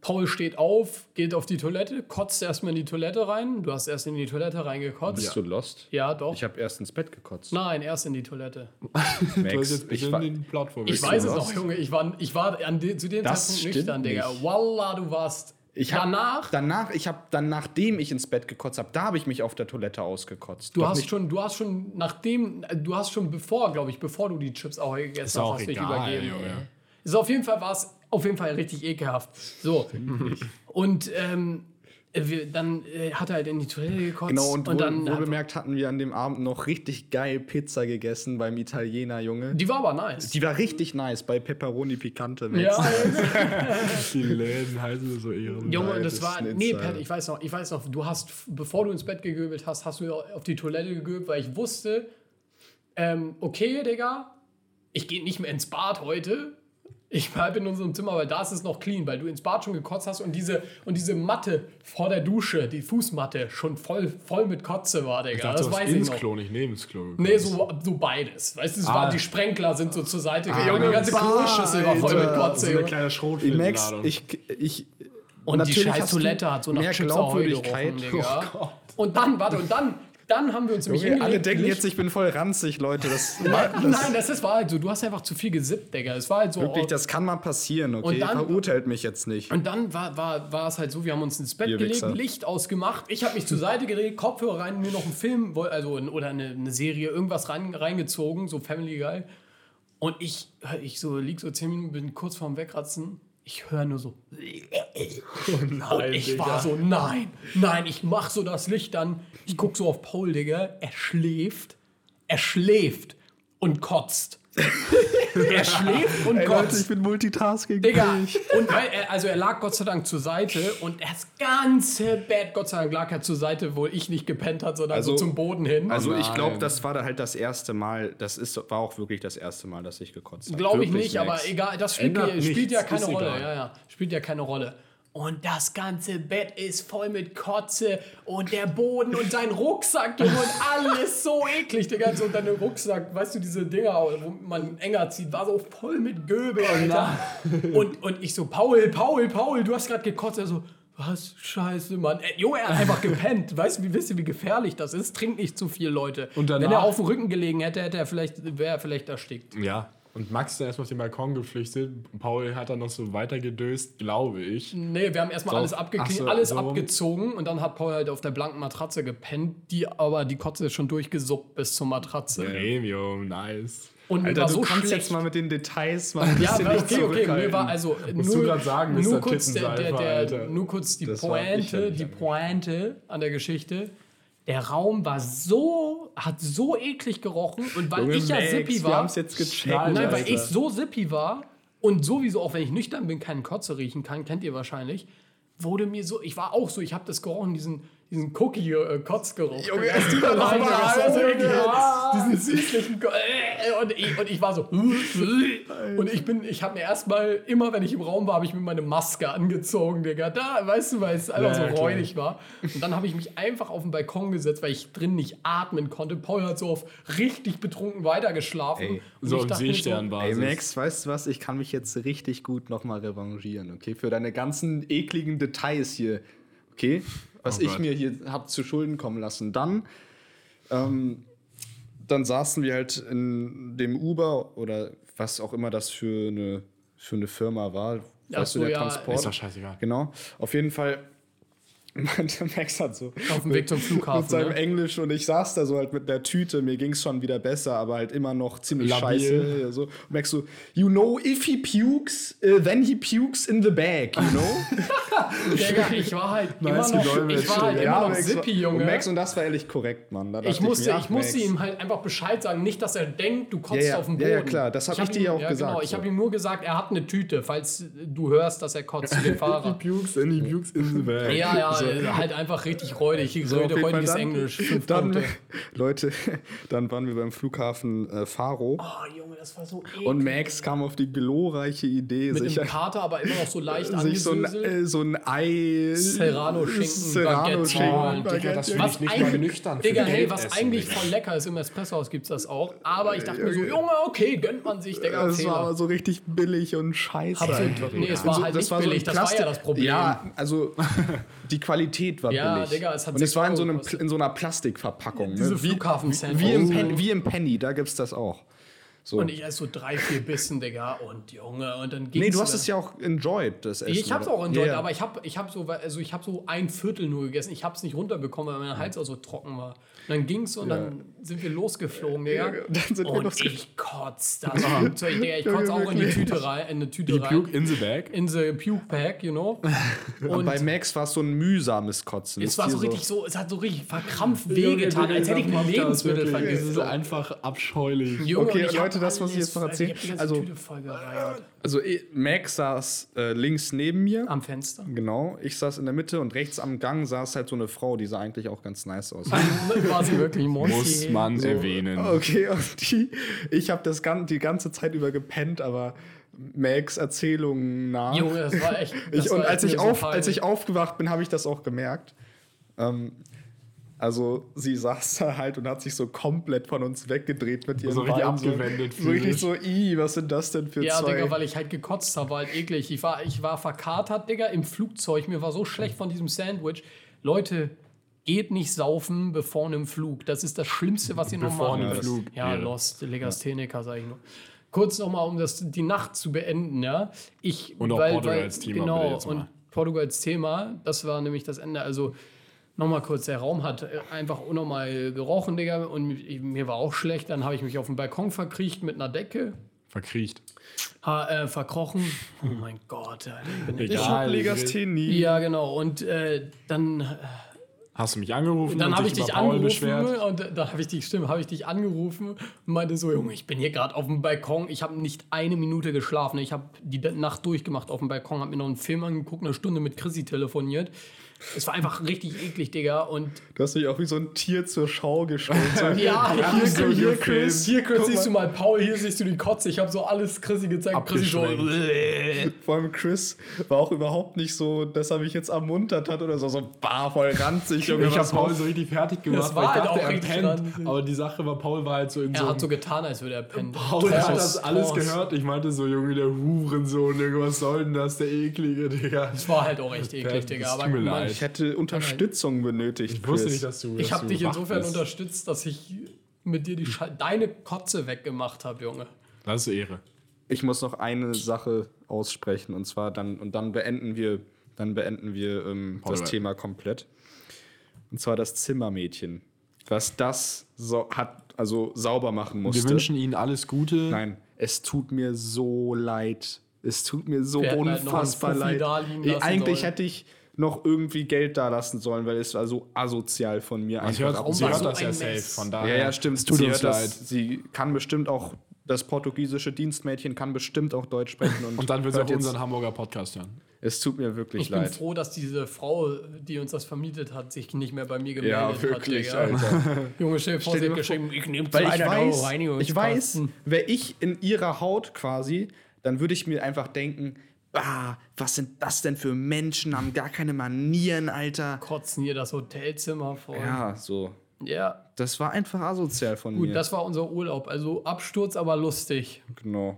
[SPEAKER 2] Paul steht auf, geht auf die Toilette, kotzt erstmal in die Toilette rein. Du hast erst in die Toilette reingekotzt.
[SPEAKER 3] Bist
[SPEAKER 2] Ja,
[SPEAKER 3] du lost?
[SPEAKER 2] doch.
[SPEAKER 3] Ich habe erst ins Bett gekotzt.
[SPEAKER 2] Nein, erst in die Toilette.
[SPEAKER 1] Du hast
[SPEAKER 3] Max,
[SPEAKER 1] jetzt
[SPEAKER 3] ich
[SPEAKER 1] ich
[SPEAKER 3] war,
[SPEAKER 1] den Plot
[SPEAKER 2] Ich
[SPEAKER 1] vorgestellt.
[SPEAKER 2] weiß es
[SPEAKER 3] lost?
[SPEAKER 2] noch, Junge. Ich war, ich war an de, zu dem
[SPEAKER 3] Das
[SPEAKER 2] Zeitpunkt
[SPEAKER 3] stimmt
[SPEAKER 2] nüchtern, Digga.
[SPEAKER 3] nicht.
[SPEAKER 2] Wallah, du warst.
[SPEAKER 3] ich hab,
[SPEAKER 2] danach,
[SPEAKER 3] Danach, ich habe dann, nachdem ich ins Bett gekotzt habe, da habe ich mich auf der Toilette ausgekotzt.
[SPEAKER 2] Du
[SPEAKER 3] Doch
[SPEAKER 2] hast
[SPEAKER 3] nicht-
[SPEAKER 2] schon, du hast schon, nachdem, du hast schon bevor, glaube ich, bevor du die Chips auch gegessen hast,
[SPEAKER 1] auch
[SPEAKER 2] hast du dich
[SPEAKER 1] egal,
[SPEAKER 2] übergeben.
[SPEAKER 1] Junge.
[SPEAKER 2] Ist auf jeden Fall war es auf jeden Fall richtig ekelhaft. So. Und ähm, wir, dann äh, hat er halt in die Toilette gekotzt.
[SPEAKER 3] Genau, und, wohl,
[SPEAKER 2] dann.
[SPEAKER 3] wohlbemerkt hatten wir an dem Abend noch richtig geil Pizza gegessen beim Italiener, Junge.
[SPEAKER 2] die war aber nice.
[SPEAKER 3] Die war richtig nice bei Pepperoni Picante. Max.
[SPEAKER 2] ja,
[SPEAKER 1] Die Läden heißen so Ehren.
[SPEAKER 2] Junge,
[SPEAKER 3] das
[SPEAKER 2] das
[SPEAKER 3] ist
[SPEAKER 2] war.
[SPEAKER 3] ein
[SPEAKER 2] Nee,
[SPEAKER 3] Insider.
[SPEAKER 2] Pat, ich weiß noch, ich weiß noch, du hast, bevor du ins Bett gegöbelt hast, hast du auf die Toilette gegöbelt, weil ich wusste, ähm, okay, Digga, ich gehe nicht mehr ins Bad heute. Ich bleib in unserem Zimmer, weil da ist es noch clean, weil du ins Bad schon gekotzt hast und diese, und diese Matte vor der Dusche, die Fußmatte, schon voll, voll mit Kotze war, Digga.
[SPEAKER 1] Ich dachte,
[SPEAKER 2] das
[SPEAKER 1] du hast
[SPEAKER 2] weiß ich
[SPEAKER 1] ins
[SPEAKER 2] noch.
[SPEAKER 1] Klo, nicht neben ins Klo.
[SPEAKER 2] Nee, so, so beides. Weißt du, es
[SPEAKER 1] Ah.
[SPEAKER 2] war, die Sprenkler sind so zur Seite gegangen. die ganze
[SPEAKER 3] beides.
[SPEAKER 2] Kloschüssel war voll mit
[SPEAKER 1] so
[SPEAKER 2] Kotze.
[SPEAKER 1] eine
[SPEAKER 2] Junge.
[SPEAKER 1] kleine
[SPEAKER 3] Ey, Max,
[SPEAKER 1] Schrotflintenladung.
[SPEAKER 3] ich, ich
[SPEAKER 2] Und
[SPEAKER 3] natürlich
[SPEAKER 2] die scheiß
[SPEAKER 3] hast du
[SPEAKER 2] Toilette hat so nach
[SPEAKER 3] mehr
[SPEAKER 2] Chips Ahoy
[SPEAKER 3] Glaubwürdigkeit. Oh
[SPEAKER 2] gerochen, Digga. und dann, warte, und dann, dann haben wir uns nämlich
[SPEAKER 3] Okay, alle
[SPEAKER 2] hingelegt,
[SPEAKER 3] denken
[SPEAKER 2] Licht-
[SPEAKER 3] jetzt, ich bin voll ranzig, Leute. Das,
[SPEAKER 2] Nein, nein, das ist, war halt so, du hast einfach zu viel gesippt, Digga. Es war halt so.
[SPEAKER 3] wirklich, das kann mal passieren, okay?
[SPEAKER 2] Und dann-
[SPEAKER 3] Verurteilt mich jetzt nicht.
[SPEAKER 2] Und dann war, war, war es halt so, wir haben uns ins Bett
[SPEAKER 3] Ihr
[SPEAKER 2] gelegt,
[SPEAKER 3] Wichser.
[SPEAKER 2] Licht ausgemacht, ich habe mich zur Seite gedreht, Kopfhörer rein, mir noch einen Film woll- also, in- oder eine, eine Serie, irgendwas rein, reingezogen, so Family Guy. Und ich, ich so, lieg so zehn Minuten, bin kurz vorm Wegratzen. Ich höre nur so.
[SPEAKER 3] Oh
[SPEAKER 2] und ich war so, nein, nein, ich mach so das Licht an. Ich guck so auf Paul, Digga. Er schläft, er schläft und kotzt. er schläft und
[SPEAKER 3] Ey, Leute, ich
[SPEAKER 2] kotzt.
[SPEAKER 3] bin Multitasking.
[SPEAKER 2] Digga. Und weil er, also er lag Gott sei Dank zur Seite und das ganze Bett, Gott sei Dank, lag er zur Seite, wo ich nicht gepennt hat, sondern so
[SPEAKER 3] Also-
[SPEAKER 2] zum Boden hin.
[SPEAKER 3] Also ich
[SPEAKER 1] Nein.
[SPEAKER 3] glaube, das war da halt das erste Mal, das ist, war auch wirklich das erste Mal, dass ich gekotzt habe.
[SPEAKER 2] Glaube ich nicht, aber egal, das spielt,
[SPEAKER 1] Ändert
[SPEAKER 2] ja- spielt ja
[SPEAKER 1] nichts,
[SPEAKER 2] keine
[SPEAKER 1] ist
[SPEAKER 2] Rolle.
[SPEAKER 1] egal.
[SPEAKER 2] Ja, ja, spielt ja keine Rolle. Und das ganze Bett ist voll mit Kotze und der Boden und dein Rucksack, Junge, und alles so eklig, Digga. So deine Rucksack, weißt du, diese Dinger, wo man enger zieht, war so voll mit Göbel,
[SPEAKER 1] Oh,
[SPEAKER 2] Alter. Und, und ich so, Paul, Paul, Paul, du hast gerade gekotzt. Er so, was? Scheiße, Mann. Äh, Junge, er hat einfach gepennt. Weißt du, wie, wisst ihr, wie gefährlich das ist? Trinkt nicht zu viel, Leute.
[SPEAKER 1] Und danach-
[SPEAKER 2] Wenn er auf dem Rücken gelegen hätte, hätte er vielleicht, wäre er vielleicht erstickt.
[SPEAKER 1] Ja. Und Max ist dann erstmal auf den Balkon geflüchtet. Paul hat dann noch so weitergedöst, glaube ich.
[SPEAKER 2] Nee, wir haben erstmal
[SPEAKER 1] So,
[SPEAKER 2] alles, abgekle-
[SPEAKER 1] ach so,
[SPEAKER 2] alles
[SPEAKER 1] so rum.
[SPEAKER 2] abgezogen und dann hat Paul halt auf der blanken Matratze gepennt, die aber die Kotze ist schon durchgesuppt bis zur Matratze.
[SPEAKER 1] Premium, nice.
[SPEAKER 2] Und mir
[SPEAKER 3] Alter,
[SPEAKER 2] war
[SPEAKER 3] Also du
[SPEAKER 2] so
[SPEAKER 3] kannst
[SPEAKER 2] schlecht.
[SPEAKER 3] jetzt mal mit den Details mal ein
[SPEAKER 2] ja,
[SPEAKER 3] bisschen dich
[SPEAKER 2] aber okay, okay, mir
[SPEAKER 3] zurückhalten.
[SPEAKER 2] war also äh,
[SPEAKER 1] Musst du
[SPEAKER 2] nur,
[SPEAKER 1] grad sagen,
[SPEAKER 2] nur
[SPEAKER 1] Mr.
[SPEAKER 2] kurz der, der,
[SPEAKER 1] Tippenseifer,
[SPEAKER 2] der,
[SPEAKER 1] Alter.
[SPEAKER 2] nur kurz die
[SPEAKER 3] Das war
[SPEAKER 2] Pointe,
[SPEAKER 3] sicherlich
[SPEAKER 2] die
[SPEAKER 3] angenehm.
[SPEAKER 2] Pointe an der Geschichte. Der Raum war so, hat so eklig gerochen und weil
[SPEAKER 3] Junge,
[SPEAKER 2] ich ja
[SPEAKER 3] Max,
[SPEAKER 2] sippy
[SPEAKER 3] Wir
[SPEAKER 2] war,
[SPEAKER 3] haben es jetzt gecheckt.
[SPEAKER 1] Nein,
[SPEAKER 2] Nein, weil
[SPEAKER 3] Alter.
[SPEAKER 2] ich so sippy war und sowieso, auch wenn ich nüchtern bin, keinen Kotze riechen kann, kennt ihr wahrscheinlich, wurde mir so, ich war auch so, ich habe das gerochen, diesen, diesen Cookie-Kotzgeruch. Junge, als du da
[SPEAKER 3] noch mal
[SPEAKER 2] so
[SPEAKER 3] Junge.
[SPEAKER 2] eklig. Diesen süßlichen Ko äh, und, ich, und ich war so und ich bin, ich habe mir erstmal, immer wenn ich im Raum war, habe ich mir meine Maske angezogen, Digga. Da, weißt du, weil es einfach
[SPEAKER 1] Ja, ja,
[SPEAKER 2] so
[SPEAKER 1] klar.
[SPEAKER 2] räudig war. Und dann habe ich mich einfach auf den Balkon gesetzt, weil ich drin nicht atmen konnte. Paul hat so auf richtig betrunken weitergeschlafen.
[SPEAKER 3] Ey.
[SPEAKER 2] Und
[SPEAKER 1] So
[SPEAKER 2] ich
[SPEAKER 1] im
[SPEAKER 2] dachte mir so,
[SPEAKER 3] Ey,
[SPEAKER 1] Seesternbasis.
[SPEAKER 3] Max, weißt du was? Ich kann mich jetzt richtig gut nochmal revanchieren, okay? Für deine ganzen ekligen Details hier, okay? Was
[SPEAKER 1] Oh
[SPEAKER 3] ich
[SPEAKER 1] Gott.
[SPEAKER 3] mir hier hab zu Schulden kommen lassen. Dann, ähm, dann saßen wir halt in dem Uber oder was auch immer das für eine, für eine Firma war.
[SPEAKER 2] Ach
[SPEAKER 3] Weißt
[SPEAKER 2] so,
[SPEAKER 3] du, der
[SPEAKER 2] ja,
[SPEAKER 3] Transport.
[SPEAKER 1] ist doch scheißegal.
[SPEAKER 3] Genau. Auf jeden Fall. meinte Max hat so
[SPEAKER 2] Auf dem Weg zum Flughafen,
[SPEAKER 3] mit seinem
[SPEAKER 2] ne?
[SPEAKER 3] Englisch und ich saß da so halt mit der Tüte, mir ging's schon wieder besser, aber halt immer noch ziemlich
[SPEAKER 1] Labil.
[SPEAKER 3] scheiße. Ja, so. Und Max so, you know, if he pukes, uh, then he pukes in the bag, you know?
[SPEAKER 2] Digga, ich war halt immer
[SPEAKER 1] Nice
[SPEAKER 2] noch,
[SPEAKER 1] Gedolmetsch,
[SPEAKER 2] ich war halt
[SPEAKER 1] Digga.
[SPEAKER 2] immer noch
[SPEAKER 3] Max war-
[SPEAKER 2] Sippy,
[SPEAKER 3] Und
[SPEAKER 2] Junge.
[SPEAKER 3] Max, und das war ehrlich korrekt, Mann. Da dachte
[SPEAKER 2] Ich musste,
[SPEAKER 3] mir, ach,
[SPEAKER 2] ich musste
[SPEAKER 3] Max.
[SPEAKER 2] ihm halt einfach Bescheid sagen, nicht, dass er denkt, du kotzt
[SPEAKER 3] Ja, ja.
[SPEAKER 2] auf dem
[SPEAKER 3] Ja,
[SPEAKER 2] Boden.
[SPEAKER 3] ja, klar, das hab ich
[SPEAKER 2] hab
[SPEAKER 3] dir
[SPEAKER 2] ihm-
[SPEAKER 3] auch gesagt,
[SPEAKER 2] Genau, ich
[SPEAKER 3] so.
[SPEAKER 2] habe ihm nur gesagt, er hat eine Tüte, falls du hörst, dass er kotzt, den Fahrer.
[SPEAKER 1] Pukes in die Pukes in the bag.
[SPEAKER 2] Ja, ja, halt einfach richtig räudig,
[SPEAKER 3] So, auf
[SPEAKER 2] räudig-
[SPEAKER 3] jeden Fall
[SPEAKER 2] räudiges
[SPEAKER 3] dann-
[SPEAKER 2] Englisch. Fünf
[SPEAKER 3] Dann, Also
[SPEAKER 2] Punkte.
[SPEAKER 3] Leute, dann waren wir beim Flughafen äh, Faro
[SPEAKER 2] Oh, Junge, das war so eklig.
[SPEAKER 3] und Max kam auf die glorreiche Idee,
[SPEAKER 2] mit
[SPEAKER 3] sich
[SPEAKER 2] einem Kater, aber immer noch so leicht
[SPEAKER 3] sich so ein,
[SPEAKER 2] angesöselt.
[SPEAKER 3] äh, so ein Ei.
[SPEAKER 2] Serrano-Schinken, Baguette.
[SPEAKER 3] Serrano-Schinken.
[SPEAKER 1] Oh, Digga, das
[SPEAKER 3] Baguette.
[SPEAKER 1] will ich nicht mal nüchtern für
[SPEAKER 2] Digga, hey,
[SPEAKER 1] Geld
[SPEAKER 2] was
[SPEAKER 1] essen,
[SPEAKER 2] eigentlich
[SPEAKER 1] Digga.
[SPEAKER 2] voll lecker ist, im Espressohaus gibt's das auch. Aber ich dachte mir so, Junge, okay, gönnt man sich,
[SPEAKER 3] Das
[SPEAKER 2] Digga.
[SPEAKER 3] war
[SPEAKER 2] Fehler.
[SPEAKER 3] aber so richtig billig und scheiße.
[SPEAKER 2] Absolut.
[SPEAKER 3] Alter.
[SPEAKER 2] Nee, es
[SPEAKER 3] Und
[SPEAKER 2] war halt nicht
[SPEAKER 3] so ein
[SPEAKER 2] billig, das war ja
[SPEAKER 3] Plastik-
[SPEAKER 2] das Problem.
[SPEAKER 3] Ja, also die Qualität war
[SPEAKER 2] Ja,
[SPEAKER 3] billig.
[SPEAKER 2] Digga, es hat
[SPEAKER 3] und es
[SPEAKER 2] sechs
[SPEAKER 3] war in
[SPEAKER 2] Euro
[SPEAKER 3] so, einem,
[SPEAKER 2] gekostet.
[SPEAKER 3] in so einer Plastikverpackung.
[SPEAKER 2] Diese Oh.
[SPEAKER 3] ne?
[SPEAKER 2] Flughafen-Sandwich.
[SPEAKER 3] wie, im Pen, wie im Penny, da gibt's das auch. So.
[SPEAKER 2] Und ich esse so drei, vier Bissen, Digga. Und Junge, und dann ging's.
[SPEAKER 3] nee, du hast
[SPEAKER 2] mir.
[SPEAKER 3] es ja auch enjoyed, das Essen.
[SPEAKER 2] Ich hab's
[SPEAKER 3] oder?
[SPEAKER 2] auch enjoyed,
[SPEAKER 3] Ja, ja.
[SPEAKER 2] aber ich hab, ich hab so, also ich hab so ein Viertel nur gegessen. Ich hab's nicht runterbekommen, weil mein Hals auch so trocken war. Und dann ging's und dann sind wir losgeflogen, Digga.
[SPEAKER 3] Ja, dann sind wir
[SPEAKER 2] und
[SPEAKER 3] losgeflogen.
[SPEAKER 2] ich kotz das Flugzeug, Digga. Ich kotz auch in die Tüte rein, in eine Tüte
[SPEAKER 1] Die
[SPEAKER 2] rein.
[SPEAKER 1] Puke in the bag.
[SPEAKER 2] In the Puke Pack, you know. Und
[SPEAKER 3] Bei Max war es so ein mühsames Kotzen.
[SPEAKER 2] es war so
[SPEAKER 3] Hier
[SPEAKER 2] richtig so, es hat so richtig verkrampft wehgetan,
[SPEAKER 1] Junge,
[SPEAKER 2] als hätte ich
[SPEAKER 1] dieser
[SPEAKER 2] ein
[SPEAKER 1] Podcast
[SPEAKER 2] Lebensmittel
[SPEAKER 1] wirklich,
[SPEAKER 2] vergessen.
[SPEAKER 1] Es ist einfach abscheulich.
[SPEAKER 2] Junge,
[SPEAKER 3] Okay,
[SPEAKER 2] und ich
[SPEAKER 3] Leute,
[SPEAKER 2] hab
[SPEAKER 3] das, was ich
[SPEAKER 2] alles-
[SPEAKER 3] jetzt noch
[SPEAKER 2] also ich hab die
[SPEAKER 3] erzählen-
[SPEAKER 2] ganze
[SPEAKER 3] also-
[SPEAKER 2] Tüte voll gereiert.
[SPEAKER 3] Also eh, Max saß äh, links neben mir.
[SPEAKER 2] Am Fenster.
[SPEAKER 3] Genau, ich saß in der Mitte und rechts am Gang saß halt so eine Frau, die sah eigentlich auch ganz nice aus.
[SPEAKER 2] War sie wirklich Monty?
[SPEAKER 1] Muss man erwähnen.
[SPEAKER 3] Ah,
[SPEAKER 2] Oh.
[SPEAKER 3] Okay, und die, ich habe das gan die ganze Zeit über gepennt, aber Max Erzählungen nach.
[SPEAKER 2] Junge, das war echt. Das
[SPEAKER 3] ich, und
[SPEAKER 2] war
[SPEAKER 3] als
[SPEAKER 2] echt
[SPEAKER 3] ich,
[SPEAKER 2] mir so
[SPEAKER 3] auf, als
[SPEAKER 2] peinlich.
[SPEAKER 3] ich aufgewacht bin, habe ich das auch gemerkt. Ähm, also sie saß da halt und hat sich so komplett von uns weggedreht mit ihren
[SPEAKER 1] So richtig
[SPEAKER 3] Beinen,
[SPEAKER 1] abgewendet
[SPEAKER 3] So, so richtig
[SPEAKER 1] physisch.
[SPEAKER 3] so, i, was sind das denn für
[SPEAKER 2] Ja,
[SPEAKER 3] zwei?
[SPEAKER 2] Digga, weil ich halt gekotzt habe, war halt eklig. Ich war, ich war verkatert, Digga, im Flugzeug. Mir war so schlecht von diesem Sandwich. Leute, geht nicht saufen bevor einem Flug. Das ist das Schlimmste, was ihr noch
[SPEAKER 1] Bevor
[SPEAKER 2] machen
[SPEAKER 1] einem
[SPEAKER 2] könnt.
[SPEAKER 1] Flug, ja.
[SPEAKER 2] Ja, Lost, Legastheniker, sag ich nur. Kurz nochmal, um das, die Nacht zu beenden, ja. Ich,
[SPEAKER 1] Und auch Portugal als Thema, bitte
[SPEAKER 2] Genau,
[SPEAKER 1] jetzt mal.
[SPEAKER 2] und Portugal als Thema, das war nämlich das Ende. Also, Nochmal kurz, der Raum hat äh, einfach unnormal gerochen, Digga, und ich- mir war auch schlecht. Dann habe ich mich auf den Balkon verkriecht mit einer Decke,
[SPEAKER 1] Verkriecht.
[SPEAKER 2] ha, äh, verkrochen. Oh mein Gott, Alter, ich bin echt-
[SPEAKER 3] ich
[SPEAKER 1] Egal,
[SPEAKER 3] hab Legasthenie.
[SPEAKER 2] Ja, genau. Und äh, dann äh,
[SPEAKER 1] Hast du mich angerufen?
[SPEAKER 2] Dann
[SPEAKER 1] und
[SPEAKER 2] habe ich
[SPEAKER 1] über
[SPEAKER 2] dich
[SPEAKER 1] Paul
[SPEAKER 2] angerufen
[SPEAKER 1] beschwert?
[SPEAKER 2] und äh, da habe ich dich, stimmt, habe ich dich angerufen und meinte so, Junge, ich bin hier gerade auf dem Balkon, ich habe nicht eine Minute geschlafen, ich habe die Nacht durchgemacht auf dem Balkon, habe mir noch einen Film angeguckt, eine Stunde mit Chrissy telefoniert. Es war einfach richtig eklig, Digga. Und
[SPEAKER 3] Du hast mich auch wie so ein Tier zur Schau gestellt. So,
[SPEAKER 2] ja, hier,
[SPEAKER 3] so
[SPEAKER 2] hier, hier
[SPEAKER 3] gefilmt.
[SPEAKER 2] Chris, hier Chris
[SPEAKER 3] Guck
[SPEAKER 2] siehst
[SPEAKER 3] mal.
[SPEAKER 2] du mal Paul, hier siehst du die Kotze. Ich habe so alles Chrissy gezeigt. Chrissy so,
[SPEAKER 3] Vor allem Chris war auch überhaupt nicht so, dass er mich jetzt ermuntert hat oder so, so bah, voll ranzig. Junge,
[SPEAKER 1] Ich habe
[SPEAKER 3] was
[SPEAKER 1] Paul
[SPEAKER 3] machst
[SPEAKER 1] so richtig fertig gemacht,
[SPEAKER 2] Das
[SPEAKER 1] weil ich
[SPEAKER 2] war halt
[SPEAKER 1] dachte,
[SPEAKER 2] auch
[SPEAKER 1] er
[SPEAKER 2] richtig
[SPEAKER 1] pennt.
[SPEAKER 2] ranzig.
[SPEAKER 1] Aber die Sache war, Paul war halt so in
[SPEAKER 2] er
[SPEAKER 1] so
[SPEAKER 2] hat so getan, als würde er pennen.
[SPEAKER 1] Paul
[SPEAKER 2] Trance,
[SPEAKER 1] hat das alles
[SPEAKER 2] Trance.
[SPEAKER 1] gehört. Ich meinte so, Junge, der Hurensohn, Junge, was soll denn das, der eklige, Digga.
[SPEAKER 2] Das war halt auch echt eklig,
[SPEAKER 1] Das
[SPEAKER 2] Digga.
[SPEAKER 1] tut
[SPEAKER 2] Aber
[SPEAKER 1] mir
[SPEAKER 2] guck mal,
[SPEAKER 1] leid.
[SPEAKER 3] du? Ich hätte Unterstützung benötigt.
[SPEAKER 1] Ich wusste
[SPEAKER 3] Chris.
[SPEAKER 1] nicht, dass du
[SPEAKER 2] Ich
[SPEAKER 1] dass
[SPEAKER 2] habe
[SPEAKER 1] du
[SPEAKER 2] dich
[SPEAKER 1] wach
[SPEAKER 2] insofern
[SPEAKER 1] bist.
[SPEAKER 2] unterstützt, dass ich mit dir die Scha deine Kotze weggemacht habe, Junge.
[SPEAKER 1] Das ist Ehre.
[SPEAKER 3] Ich muss noch eine Sache aussprechen und zwar dann und dann beenden wir dann beenden wir ähm, das
[SPEAKER 1] Alright.
[SPEAKER 3] Thema komplett. Und zwar das Zimmermädchen, was das so hat also sauber machen
[SPEAKER 1] Wir
[SPEAKER 3] musste.
[SPEAKER 1] wünschen Ihnen alles Gute.
[SPEAKER 3] Nein, es tut mir so leid. Es tut mir so
[SPEAKER 2] Wir hätten halt noch einen
[SPEAKER 3] unfassbar
[SPEAKER 2] Fuffi
[SPEAKER 3] leid.
[SPEAKER 2] da liegen
[SPEAKER 3] Ey,
[SPEAKER 2] lassen
[SPEAKER 3] eigentlich
[SPEAKER 2] sollen.
[SPEAKER 3] hätte ich noch irgendwie Geld da lassen sollen, weil es war so asozial von mir
[SPEAKER 1] Sie hört,
[SPEAKER 2] warum
[SPEAKER 1] sie
[SPEAKER 2] war
[SPEAKER 1] hört
[SPEAKER 2] so
[SPEAKER 1] das
[SPEAKER 2] ein
[SPEAKER 1] ja
[SPEAKER 2] Mess?
[SPEAKER 1] safe, von daher.
[SPEAKER 3] Ja, ja, stimmt.
[SPEAKER 1] Es tut
[SPEAKER 3] sie,
[SPEAKER 1] uns
[SPEAKER 3] hört das-
[SPEAKER 1] leid.
[SPEAKER 3] sie kann bestimmt auch, das portugiesische Dienstmädchen kann bestimmt auch Deutsch sprechen. Und,
[SPEAKER 1] Und dann wird sie
[SPEAKER 3] hört
[SPEAKER 1] auch unseren Hamburger Podcast hören.
[SPEAKER 3] Es tut mir wirklich
[SPEAKER 2] Ich bin
[SPEAKER 3] leid.
[SPEAKER 2] froh, dass diese Frau, die uns das vermietet hat, sich nicht mehr bei mir gemeldet
[SPEAKER 3] ja, wirklich,
[SPEAKER 2] hat. Digga.
[SPEAKER 3] Alter.
[SPEAKER 2] Junge, stell dir vor,
[SPEAKER 3] Stell
[SPEAKER 2] sie
[SPEAKER 3] dir
[SPEAKER 2] hat
[SPEAKER 3] mal
[SPEAKER 2] geschrieben, ich nehme
[SPEAKER 3] Weil ich
[SPEAKER 2] 200 Euro
[SPEAKER 3] weiß,
[SPEAKER 2] Reinigung.
[SPEAKER 3] ich weiß,
[SPEAKER 2] Hm.
[SPEAKER 3] wäre ich in ihrer Haut quasi, dann würde ich mir einfach denken, bah, was sind das denn für Menschen, haben gar keine Manieren, Alter.
[SPEAKER 2] Kotzen hier das Hotelzimmer voll. Ja.
[SPEAKER 3] Ja, so. Das war einfach asozial von
[SPEAKER 2] Gut,
[SPEAKER 3] mir.
[SPEAKER 2] das war unser Urlaub. Also Absturz, aber lustig.
[SPEAKER 3] genau.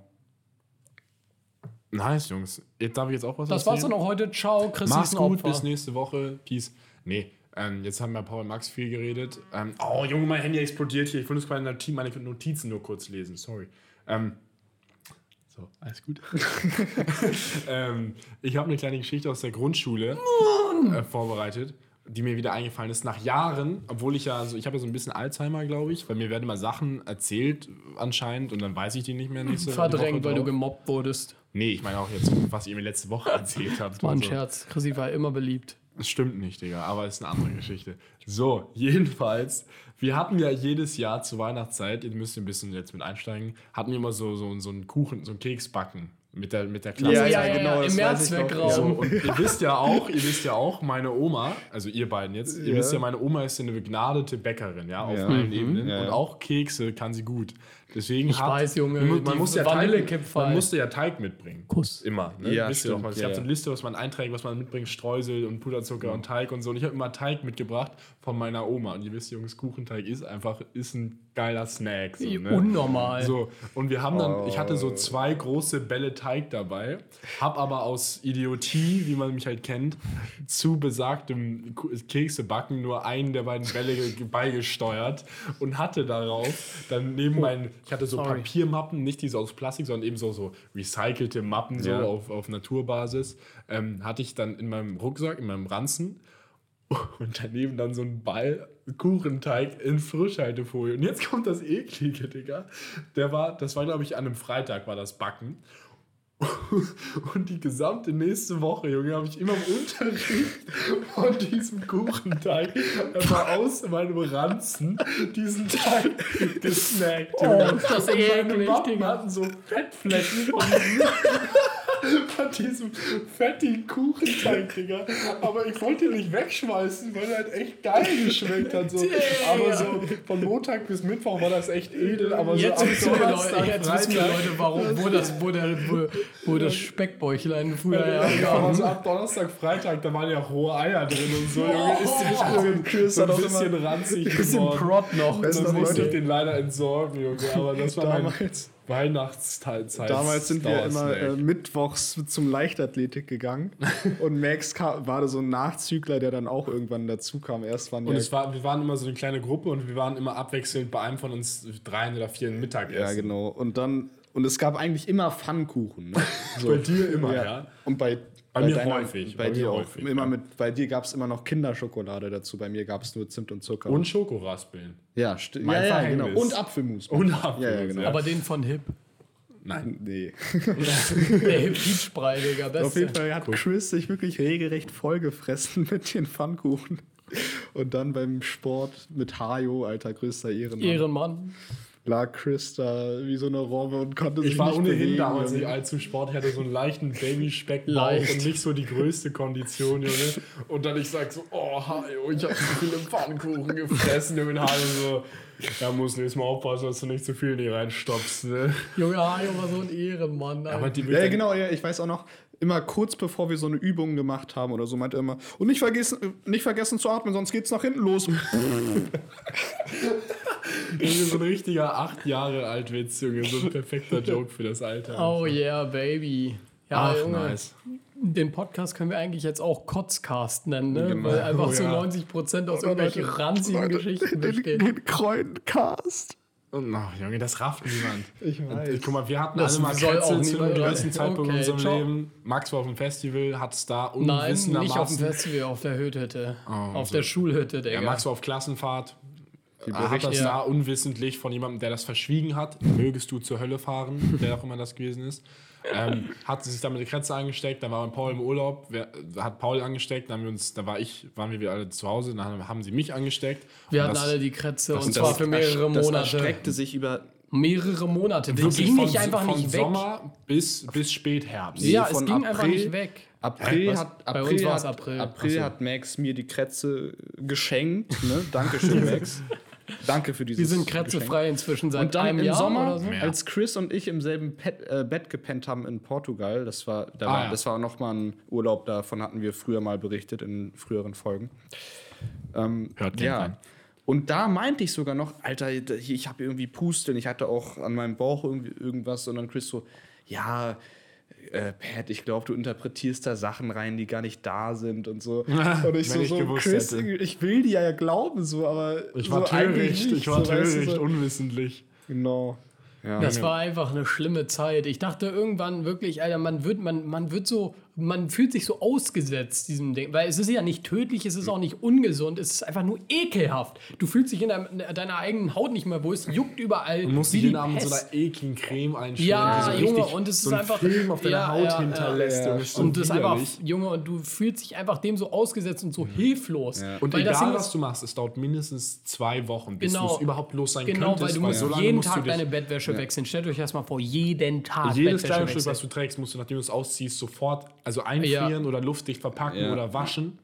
[SPEAKER 1] Nice, Jungs. Jetzt darf ich jetzt auch was
[SPEAKER 2] Das
[SPEAKER 1] erzählen?
[SPEAKER 2] war's dann auch heute. Ciao, Chris
[SPEAKER 1] Mach's
[SPEAKER 2] ist ein
[SPEAKER 1] gut,
[SPEAKER 2] Opfer.
[SPEAKER 1] bis nächste Woche. Peace. Nee, ähm, jetzt haben wir Paul und Max viel geredet. Ähm, oh, Junge, mein Handy explodiert hier. Ich will jetzt meine Noti- meine Notizen nur kurz lesen. Sorry. Ähm, so, alles gut. ähm, ich habe eine kleine Geschichte aus der Grundschule äh, vorbereitet, die mir wieder eingefallen ist. Nach Jahren, obwohl ich ja, also ich habe ja so ein bisschen Alzheimer, glaube ich, weil mir werden mal Sachen erzählt anscheinend und dann weiß ich die nicht mehr. Nächste, die
[SPEAKER 2] Verdrängt,
[SPEAKER 1] Woche
[SPEAKER 2] weil du
[SPEAKER 1] drauf.
[SPEAKER 2] gemobbt wurdest.
[SPEAKER 1] Nee, ich meine auch jetzt, was ihr mir letzte Woche erzählt habt. Also,
[SPEAKER 2] War
[SPEAKER 1] und
[SPEAKER 2] ein
[SPEAKER 1] so.
[SPEAKER 2] Scherz. Chrissy war immer beliebt.
[SPEAKER 1] Das stimmt nicht, Digga, aber ist eine andere Geschichte. So, jedenfalls, wir hatten ja jedes Jahr zur Weihnachtszeit, ihr müsst ein bisschen jetzt mit einsteigen, hatten wir immer so, so, so einen Kuchen, so einen Keks backen mit der, mit der Klasse.
[SPEAKER 2] Ja, genau. ja, ja,
[SPEAKER 1] genau,
[SPEAKER 2] im
[SPEAKER 3] das
[SPEAKER 2] März
[SPEAKER 3] weiß ich noch.
[SPEAKER 1] So,
[SPEAKER 2] wegrauben.
[SPEAKER 1] und ihr wisst ja auch, ihr wisst ja auch, meine Oma, also ihr beiden jetzt, ihr
[SPEAKER 3] Ja.
[SPEAKER 1] wisst ja, meine Oma ist ja eine begnadete Bäckerin, ja, auf
[SPEAKER 3] Ja.
[SPEAKER 1] allen
[SPEAKER 2] Mhm.
[SPEAKER 1] Ebenen.
[SPEAKER 3] Ja,
[SPEAKER 1] Und
[SPEAKER 3] ja.
[SPEAKER 1] auch Kekse kann sie gut. Deswegen ich
[SPEAKER 2] weiß, Junge,
[SPEAKER 1] man,
[SPEAKER 2] die
[SPEAKER 1] muss ja Teig,
[SPEAKER 2] Vanillekipferl.
[SPEAKER 1] man musste ja Teig mitbringen.
[SPEAKER 2] Kuss.
[SPEAKER 1] Immer. Ne?
[SPEAKER 3] Ja,
[SPEAKER 1] Wisst ihr doch
[SPEAKER 3] stimmt,
[SPEAKER 1] mal. Ich
[SPEAKER 3] ja,
[SPEAKER 1] habe so
[SPEAKER 3] ja.
[SPEAKER 1] eine Liste, was man einträgt, was man mitbringt, Streusel und Puderzucker und Teig und so. Und ich habe immer Teig mitgebracht von meiner Oma. Und ihr wisst, Jungs, Kuchenteig ist einfach, ist ein geiler Snack. So, ne?
[SPEAKER 2] Unnormal.
[SPEAKER 1] So, und wir haben dann, ich hatte so zwei große Bälle Teig dabei, hab aber aus Idiotie, wie man mich halt kennt, zu besagtem Ku- Keksebacken nur einen der beiden Bälle ge- ge- beigesteuert und hatte darauf dann neben meinen, ich hatte so
[SPEAKER 2] sorry.
[SPEAKER 1] Papiermappen, nicht diese aus Plastik, sondern eben so, so recycelte Mappen so
[SPEAKER 3] Ja.
[SPEAKER 1] auf, auf Naturbasis, ähm, hatte ich dann in meinem Rucksack, in meinem Ranzen und daneben dann so ein Ball Kuchenteig in Frischhaltefolie. Und jetzt kommt das eklige, Digga. Der war, das war, glaube ich, an einem Freitag war das Backen. Und die gesamte nächste Woche, Junge, habe ich immer im Unterricht von diesem Kuchenteig einfach aus meinem Ranzen diesen Teig gesnackt. Junge.
[SPEAKER 2] Oh, ist das
[SPEAKER 1] Und meine
[SPEAKER 2] eklig,
[SPEAKER 1] Mappen
[SPEAKER 2] Digga.
[SPEAKER 1] hatten so Fettflecken von diesem von diesem fettigen Kuchenteig, Digga. Aber ich wollte ihn nicht wegschmeißen, weil er halt echt geil geschmeckt hat. So. Aber so von Montag bis Mittwoch war das echt edel. Aber
[SPEAKER 2] Jetzt
[SPEAKER 1] so ab
[SPEAKER 2] wissen wir
[SPEAKER 1] Donnerstag,
[SPEAKER 2] Leute, jetzt wissen wir
[SPEAKER 1] Freitag-
[SPEAKER 2] Leute warum, wo das, wo der, wo, wo das Speckbäuchlein früher
[SPEAKER 1] Ja,
[SPEAKER 2] herkam.
[SPEAKER 1] aber so ab Donnerstag, Freitag, da waren ja rohe Eier drin und so. Junge, ist nicht
[SPEAKER 3] Chris
[SPEAKER 1] so
[SPEAKER 3] hat
[SPEAKER 1] ein
[SPEAKER 3] auch
[SPEAKER 1] bisschen ranzig
[SPEAKER 2] Bisschen
[SPEAKER 1] geworden.
[SPEAKER 2] Prod noch.
[SPEAKER 3] Weißt du
[SPEAKER 1] Dann
[SPEAKER 3] noch,
[SPEAKER 1] musste ich
[SPEAKER 3] Leute?
[SPEAKER 1] den leider entsorgen, Junge. Aber das war mein
[SPEAKER 3] Damals-
[SPEAKER 1] Weihnachtszeit.
[SPEAKER 3] Damals sind wir immer äh,
[SPEAKER 1] Dauersnack.
[SPEAKER 3] mittwochs zum Leichtathletik gegangen und Max kam, war da so ein Nachzügler, der dann auch irgendwann dazu kam. Erst waren
[SPEAKER 1] Und
[SPEAKER 3] ja-
[SPEAKER 1] es war, wir waren immer so eine kleine Gruppe und wir waren immer abwechselnd bei einem von uns dreien oder vier Mittagessen.
[SPEAKER 3] ja genau und dann und es gab eigentlich immer Pfannkuchen. Ne? So.
[SPEAKER 1] Bei dir immer, ja.
[SPEAKER 3] Und bei, bei,
[SPEAKER 1] mir häufig,
[SPEAKER 3] Bei,
[SPEAKER 1] bei
[SPEAKER 3] dir
[SPEAKER 1] mir
[SPEAKER 3] auch.
[SPEAKER 1] häufig,
[SPEAKER 3] immer
[SPEAKER 1] ja.
[SPEAKER 3] mit, bei dir gab es immer noch Kinderschokolade dazu. Bei mir gab es nur Zimt und Zucker.
[SPEAKER 1] Und Schokoraspeln.
[SPEAKER 3] ja, stimmt.
[SPEAKER 1] Mein
[SPEAKER 3] Ja, ja,
[SPEAKER 1] Verhängnis.
[SPEAKER 3] genau. Und Apfelmus.
[SPEAKER 1] Und Apfelmus,
[SPEAKER 3] Ja, ja, genau.
[SPEAKER 1] ja.
[SPEAKER 2] Aber den von Hip.
[SPEAKER 1] Nein.
[SPEAKER 3] Nee.
[SPEAKER 2] Der hip Peachbrei, Digga.
[SPEAKER 3] Auf jeden
[SPEAKER 2] Beste.
[SPEAKER 3] Fall hat Chris sich wirklich regelrecht vollgefressen mit den Pfannkuchen. Und dann beim Sport mit Hajo, alter, größter Ehrenmann,
[SPEAKER 2] Ehrenmann.
[SPEAKER 3] lag Chris da wie so eine Robbe und konnte sich
[SPEAKER 1] Ich war
[SPEAKER 3] Also nicht
[SPEAKER 1] ohnehin
[SPEAKER 3] bewegen.
[SPEAKER 1] damals nicht allzu Sport, hatte so einen leichten Babyspeckbauch
[SPEAKER 2] Leicht.
[SPEAKER 1] und nicht so die größte Kondition, Junge. Und dann ich sag so, oh, Hajo, ich hab zu viele Pfannkuchen gefressen. Und Hajo so, ja, musst nächstes Mal aufpassen, dass du nicht zu viel in die reinstopfst. Ne?
[SPEAKER 2] Junge, Hajo war so ein Ehrenmann. Alter.
[SPEAKER 1] die
[SPEAKER 3] Ja, ja, genau, ja, ich weiß auch noch, immer kurz bevor wir so eine Übung gemacht haben oder so, meinte er immer, und nicht vergessen, äh, nicht vergessen zu atmen, sonst geht's nach hinten los.
[SPEAKER 1] Das ist so ein richtiger acht Jahre alt Witz, Junge. So ein perfekter Joke für das Alter.
[SPEAKER 2] Oh yeah, baby. Ja,
[SPEAKER 1] Ach,
[SPEAKER 2] Junge,
[SPEAKER 1] nice.
[SPEAKER 2] Den Podcast können wir eigentlich jetzt auch Kotzcast nennen, ne?
[SPEAKER 3] Genau.
[SPEAKER 2] Weil einfach
[SPEAKER 1] Oh,
[SPEAKER 2] so
[SPEAKER 1] ja.
[SPEAKER 2] 90 Prozent aus irgendwelchen ranzigen Geschichten bestehen.
[SPEAKER 3] den Kräutencast.
[SPEAKER 1] Und, ach, Junge, das rafft niemand.
[SPEAKER 3] Ich weiß.
[SPEAKER 1] Guck mal, wir hatten
[SPEAKER 2] Das
[SPEAKER 1] alle mal
[SPEAKER 2] soll auch
[SPEAKER 1] Krätze zu
[SPEAKER 2] niemand
[SPEAKER 1] einem gewissen
[SPEAKER 2] hören.
[SPEAKER 1] Zeitpunkt
[SPEAKER 2] Okay,
[SPEAKER 1] in unserem
[SPEAKER 2] ciao.
[SPEAKER 1] Leben. Max war auf dem Festival, hat es da
[SPEAKER 2] Nein, nicht auf dem
[SPEAKER 1] unwissendermaßen...
[SPEAKER 2] Festival, auf der Hüthütte. auf
[SPEAKER 1] so.
[SPEAKER 2] der Schulhütte, Digga.
[SPEAKER 1] ja, Max war auf Klassenfahrt, Äh, hat
[SPEAKER 3] Berichte-
[SPEAKER 1] das
[SPEAKER 2] Ja.
[SPEAKER 1] da unwissentlich von jemandem, der das verschwiegen hat, mögest du zur Hölle fahren, wer auch immer das gewesen ist, ähm, hat sich damit die Krätze angesteckt, dann war Paul im Urlaub, wer, hat Paul angesteckt, dann haben wir uns, da war ich, waren wir wieder alle zu Hause, dann haben sie mich angesteckt.
[SPEAKER 2] wir
[SPEAKER 1] Und
[SPEAKER 2] hatten
[SPEAKER 1] das-
[SPEAKER 2] alle die Krätze und
[SPEAKER 3] Das
[SPEAKER 2] zwar für mehrere
[SPEAKER 3] erst- Das
[SPEAKER 2] Monate.
[SPEAKER 3] erstreckte sich über
[SPEAKER 2] Mehrere Monate. Der
[SPEAKER 1] wirklich
[SPEAKER 2] ging
[SPEAKER 1] von,
[SPEAKER 2] nicht einfach
[SPEAKER 1] von
[SPEAKER 2] nicht weg.
[SPEAKER 1] Sommer bis, bis Spätherbst.
[SPEAKER 2] ja,
[SPEAKER 3] Nee,
[SPEAKER 2] es
[SPEAKER 3] von
[SPEAKER 2] ging einfach
[SPEAKER 3] April-
[SPEAKER 2] nicht weg.
[SPEAKER 3] April
[SPEAKER 1] was?
[SPEAKER 3] hat
[SPEAKER 2] Bei
[SPEAKER 3] April
[SPEAKER 2] uns war's
[SPEAKER 3] hat,
[SPEAKER 2] April.
[SPEAKER 3] April hat Max mir die Krätze geschenkt. Ne? Dankeschön, Max. Danke für dieses
[SPEAKER 2] Wir sind
[SPEAKER 3] Geschenk.
[SPEAKER 2] krätzefrei inzwischen seit
[SPEAKER 3] Und dann
[SPEAKER 2] einem
[SPEAKER 3] im
[SPEAKER 2] Jahr
[SPEAKER 3] Sommer,
[SPEAKER 2] oder so.
[SPEAKER 1] Mehr.
[SPEAKER 3] als Chris und ich im selben Pet, äh, Bett gepennt haben in Portugal, das war, da
[SPEAKER 1] Ah,
[SPEAKER 3] war
[SPEAKER 1] ja.
[SPEAKER 3] das war noch mal ein Urlaub, davon hatten wir früher mal berichtet in früheren Folgen. Ähm,
[SPEAKER 1] Hört gerne
[SPEAKER 3] ja.
[SPEAKER 1] rein.
[SPEAKER 3] Und da meinte ich sogar noch, Alter, hier, ich habe irgendwie Pusteln, ich hatte auch an meinem Bauch irgendwie irgendwas und dann Chris so, ja, äh, Pat, ich glaube, du interpretierst da Sachen rein, die gar nicht da sind und so. Und ich
[SPEAKER 1] Wenn
[SPEAKER 3] so,
[SPEAKER 1] ich
[SPEAKER 3] so
[SPEAKER 1] gewusst
[SPEAKER 3] Chris,
[SPEAKER 1] hätte.
[SPEAKER 3] ich will dir ja glauben, so, aber
[SPEAKER 1] Ich war
[SPEAKER 3] so eigentlich
[SPEAKER 1] töricht,
[SPEAKER 3] nicht,
[SPEAKER 1] ich war
[SPEAKER 3] so, weißt du,
[SPEAKER 1] töricht,
[SPEAKER 3] so.
[SPEAKER 1] unwissentlich.
[SPEAKER 3] Genau. Ja.
[SPEAKER 2] Das war einfach eine schlimme Zeit. Ich dachte irgendwann wirklich, Alter, man wird, man, man wird so, man fühlt sich so ausgesetzt diesem Ding. Weil es ist ja nicht tödlich, es ist auch nicht ungesund, es ist einfach nur ekelhaft. Du fühlst dich in deinem, deiner eigenen Haut nicht mehr wohl, es juckt überall.
[SPEAKER 1] Du musst
[SPEAKER 2] wie
[SPEAKER 1] jeden
[SPEAKER 2] die
[SPEAKER 1] Abend so
[SPEAKER 2] Pest.
[SPEAKER 1] einer ekligen Creme einschmieren.
[SPEAKER 2] Ja,
[SPEAKER 1] die so
[SPEAKER 2] Junge,
[SPEAKER 1] richtig
[SPEAKER 2] und es
[SPEAKER 1] so
[SPEAKER 2] ist
[SPEAKER 1] einen
[SPEAKER 2] einfach-
[SPEAKER 1] Film auf deiner
[SPEAKER 2] ja,
[SPEAKER 1] Haut
[SPEAKER 2] ja, ja.
[SPEAKER 1] hinterlässt.
[SPEAKER 3] Ja,
[SPEAKER 1] Junge, ist so
[SPEAKER 2] Und das ist einfach,
[SPEAKER 1] widerlich.
[SPEAKER 2] Junge, und du fühlst dich einfach dem so ausgesetzt
[SPEAKER 1] Mhm.
[SPEAKER 2] und so hilflos.
[SPEAKER 1] Und
[SPEAKER 2] Weil das
[SPEAKER 1] egal,
[SPEAKER 2] Ding
[SPEAKER 1] was
[SPEAKER 2] ist-
[SPEAKER 1] du machst, es dauert mindestens zwei Wochen, bis
[SPEAKER 2] Genau.
[SPEAKER 1] du es überhaupt los sein
[SPEAKER 2] Genau, weil
[SPEAKER 1] könntest.
[SPEAKER 2] du musst
[SPEAKER 1] so lange
[SPEAKER 2] jeden
[SPEAKER 1] musst du
[SPEAKER 2] Tag
[SPEAKER 1] dich-
[SPEAKER 2] deine Bettwäsche wechseln. Stellt euch das mal vor, jeden
[SPEAKER 1] jedes
[SPEAKER 2] Tag Bettwäsche
[SPEAKER 1] Kleidungsstück,
[SPEAKER 2] wechseln.
[SPEAKER 1] was du trägst, musst du, nachdem du es ausziehst, sofort also einfrieren oder luftdicht verpacken
[SPEAKER 3] Ja.
[SPEAKER 1] oder waschen.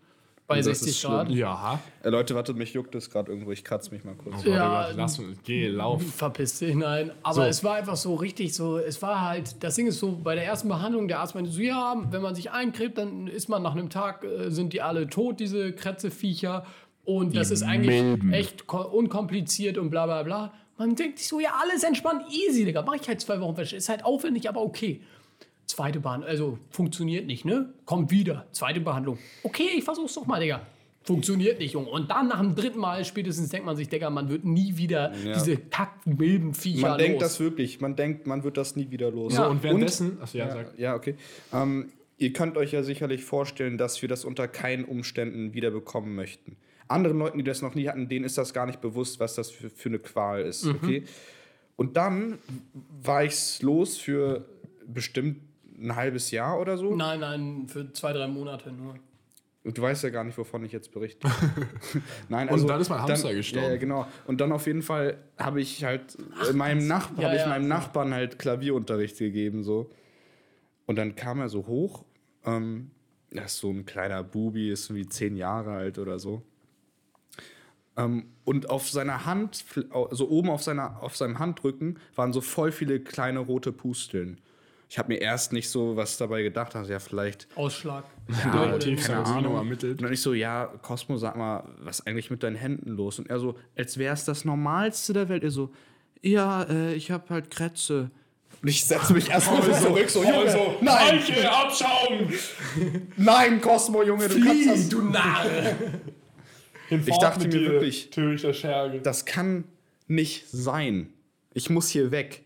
[SPEAKER 2] bei
[SPEAKER 3] das ist
[SPEAKER 2] 60
[SPEAKER 3] schlimm.
[SPEAKER 2] Grad.
[SPEAKER 1] Ja.
[SPEAKER 3] Äh, Leute, wartet, mich juckt es gerade irgendwo. Ich kratze mich mal kurz.
[SPEAKER 1] Warte,
[SPEAKER 2] Ja.
[SPEAKER 1] warte, lass uns, geh, lauf.
[SPEAKER 2] verpisst dich hinein. Aber
[SPEAKER 1] So.
[SPEAKER 2] es war einfach so richtig so, es war halt, das Ding ist so, bei der ersten Behandlung, der Arzt meinte so, ja, wenn man sich eincremt, dann ist man nach einem Tag, äh, sind die alle tot, diese Krätzeviecher. Und das ist eigentlich echt ko- unkompliziert und bla bla bla. Man denkt sich so, ja, alles entspannt, easy, Digga. Mach ich halt zwei Wochen Wäsche. Ist halt aufwendig, aber okay. Zweite Behandlung, also funktioniert nicht, ne? Kommt wieder. Zweite Behandlung. Okay, ich versuch's doch mal, Digga. Funktioniert nicht, Junge. Und dann nach dem dritten Mal spätestens denkt man sich, Digga, man wird nie wieder diese taktmilden Viecher
[SPEAKER 3] Man denkt
[SPEAKER 2] los.
[SPEAKER 3] das wirklich. Man denkt, man wird das nie wieder los.
[SPEAKER 2] Ja.
[SPEAKER 1] Und währenddessen, achso, ja,
[SPEAKER 3] Ja,
[SPEAKER 1] sag.
[SPEAKER 3] ja, okay. Ähm, ihr könnt euch ja sicherlich vorstellen, dass wir das unter keinen Umständen wieder bekommen möchten. Anderen Leuten, die das noch nie hatten, denen ist das gar nicht bewusst, was das für, für eine Qual ist. Okay. Und dann war ich's los für bestimmt ein halbes Jahr oder so.
[SPEAKER 2] Nein, nein, für zwei, drei Monate nur.
[SPEAKER 3] Und du weißt ja gar nicht, wovon ich jetzt berichte. Nein, also
[SPEAKER 1] dann ist mein Hamster gestorben.
[SPEAKER 3] Ja, ja, genau. Und dann auf jeden Fall habe ich halt äh, meinem, Nach
[SPEAKER 2] Ja,
[SPEAKER 3] hab ich
[SPEAKER 2] ja.
[SPEAKER 3] meinem Nachbarn halt Klavierunterricht gegeben. so. Und dann kam er so hoch. Ähm, das ist so ein kleiner Bubi, ist irgendwie zehn Jahre alt oder so. Ähm, und auf seiner Hand, so oben auf, seiner, auf seinem Handrücken, waren so voll viele kleine rote Pusteln. Ich habe mir erst nicht so was dabei gedacht, also ja, vielleicht
[SPEAKER 2] Ausschlag.
[SPEAKER 1] Ja,
[SPEAKER 2] Oder-
[SPEAKER 1] tief
[SPEAKER 3] keine
[SPEAKER 1] Sinus
[SPEAKER 3] Ahnung.
[SPEAKER 1] ermittelt.
[SPEAKER 3] Und dann ich so, ja, Cosmo, sag mal, was ist eigentlich mit deinen Händen los? Und er so, als wäre es das Normalste der Welt. Er so, ja, äh, ich hab halt Krätze. Also, Und ich setze mich erstmal wieder zurück, so, Junge, nein,
[SPEAKER 1] Eiche, abschaum!
[SPEAKER 3] nein, Cosmo, Junge, du kannst das.
[SPEAKER 2] du Narre!
[SPEAKER 3] Ich dachte mir wirklich,
[SPEAKER 1] Törichter Scherge.
[SPEAKER 3] das kann nicht sein. Ich muss hier weg.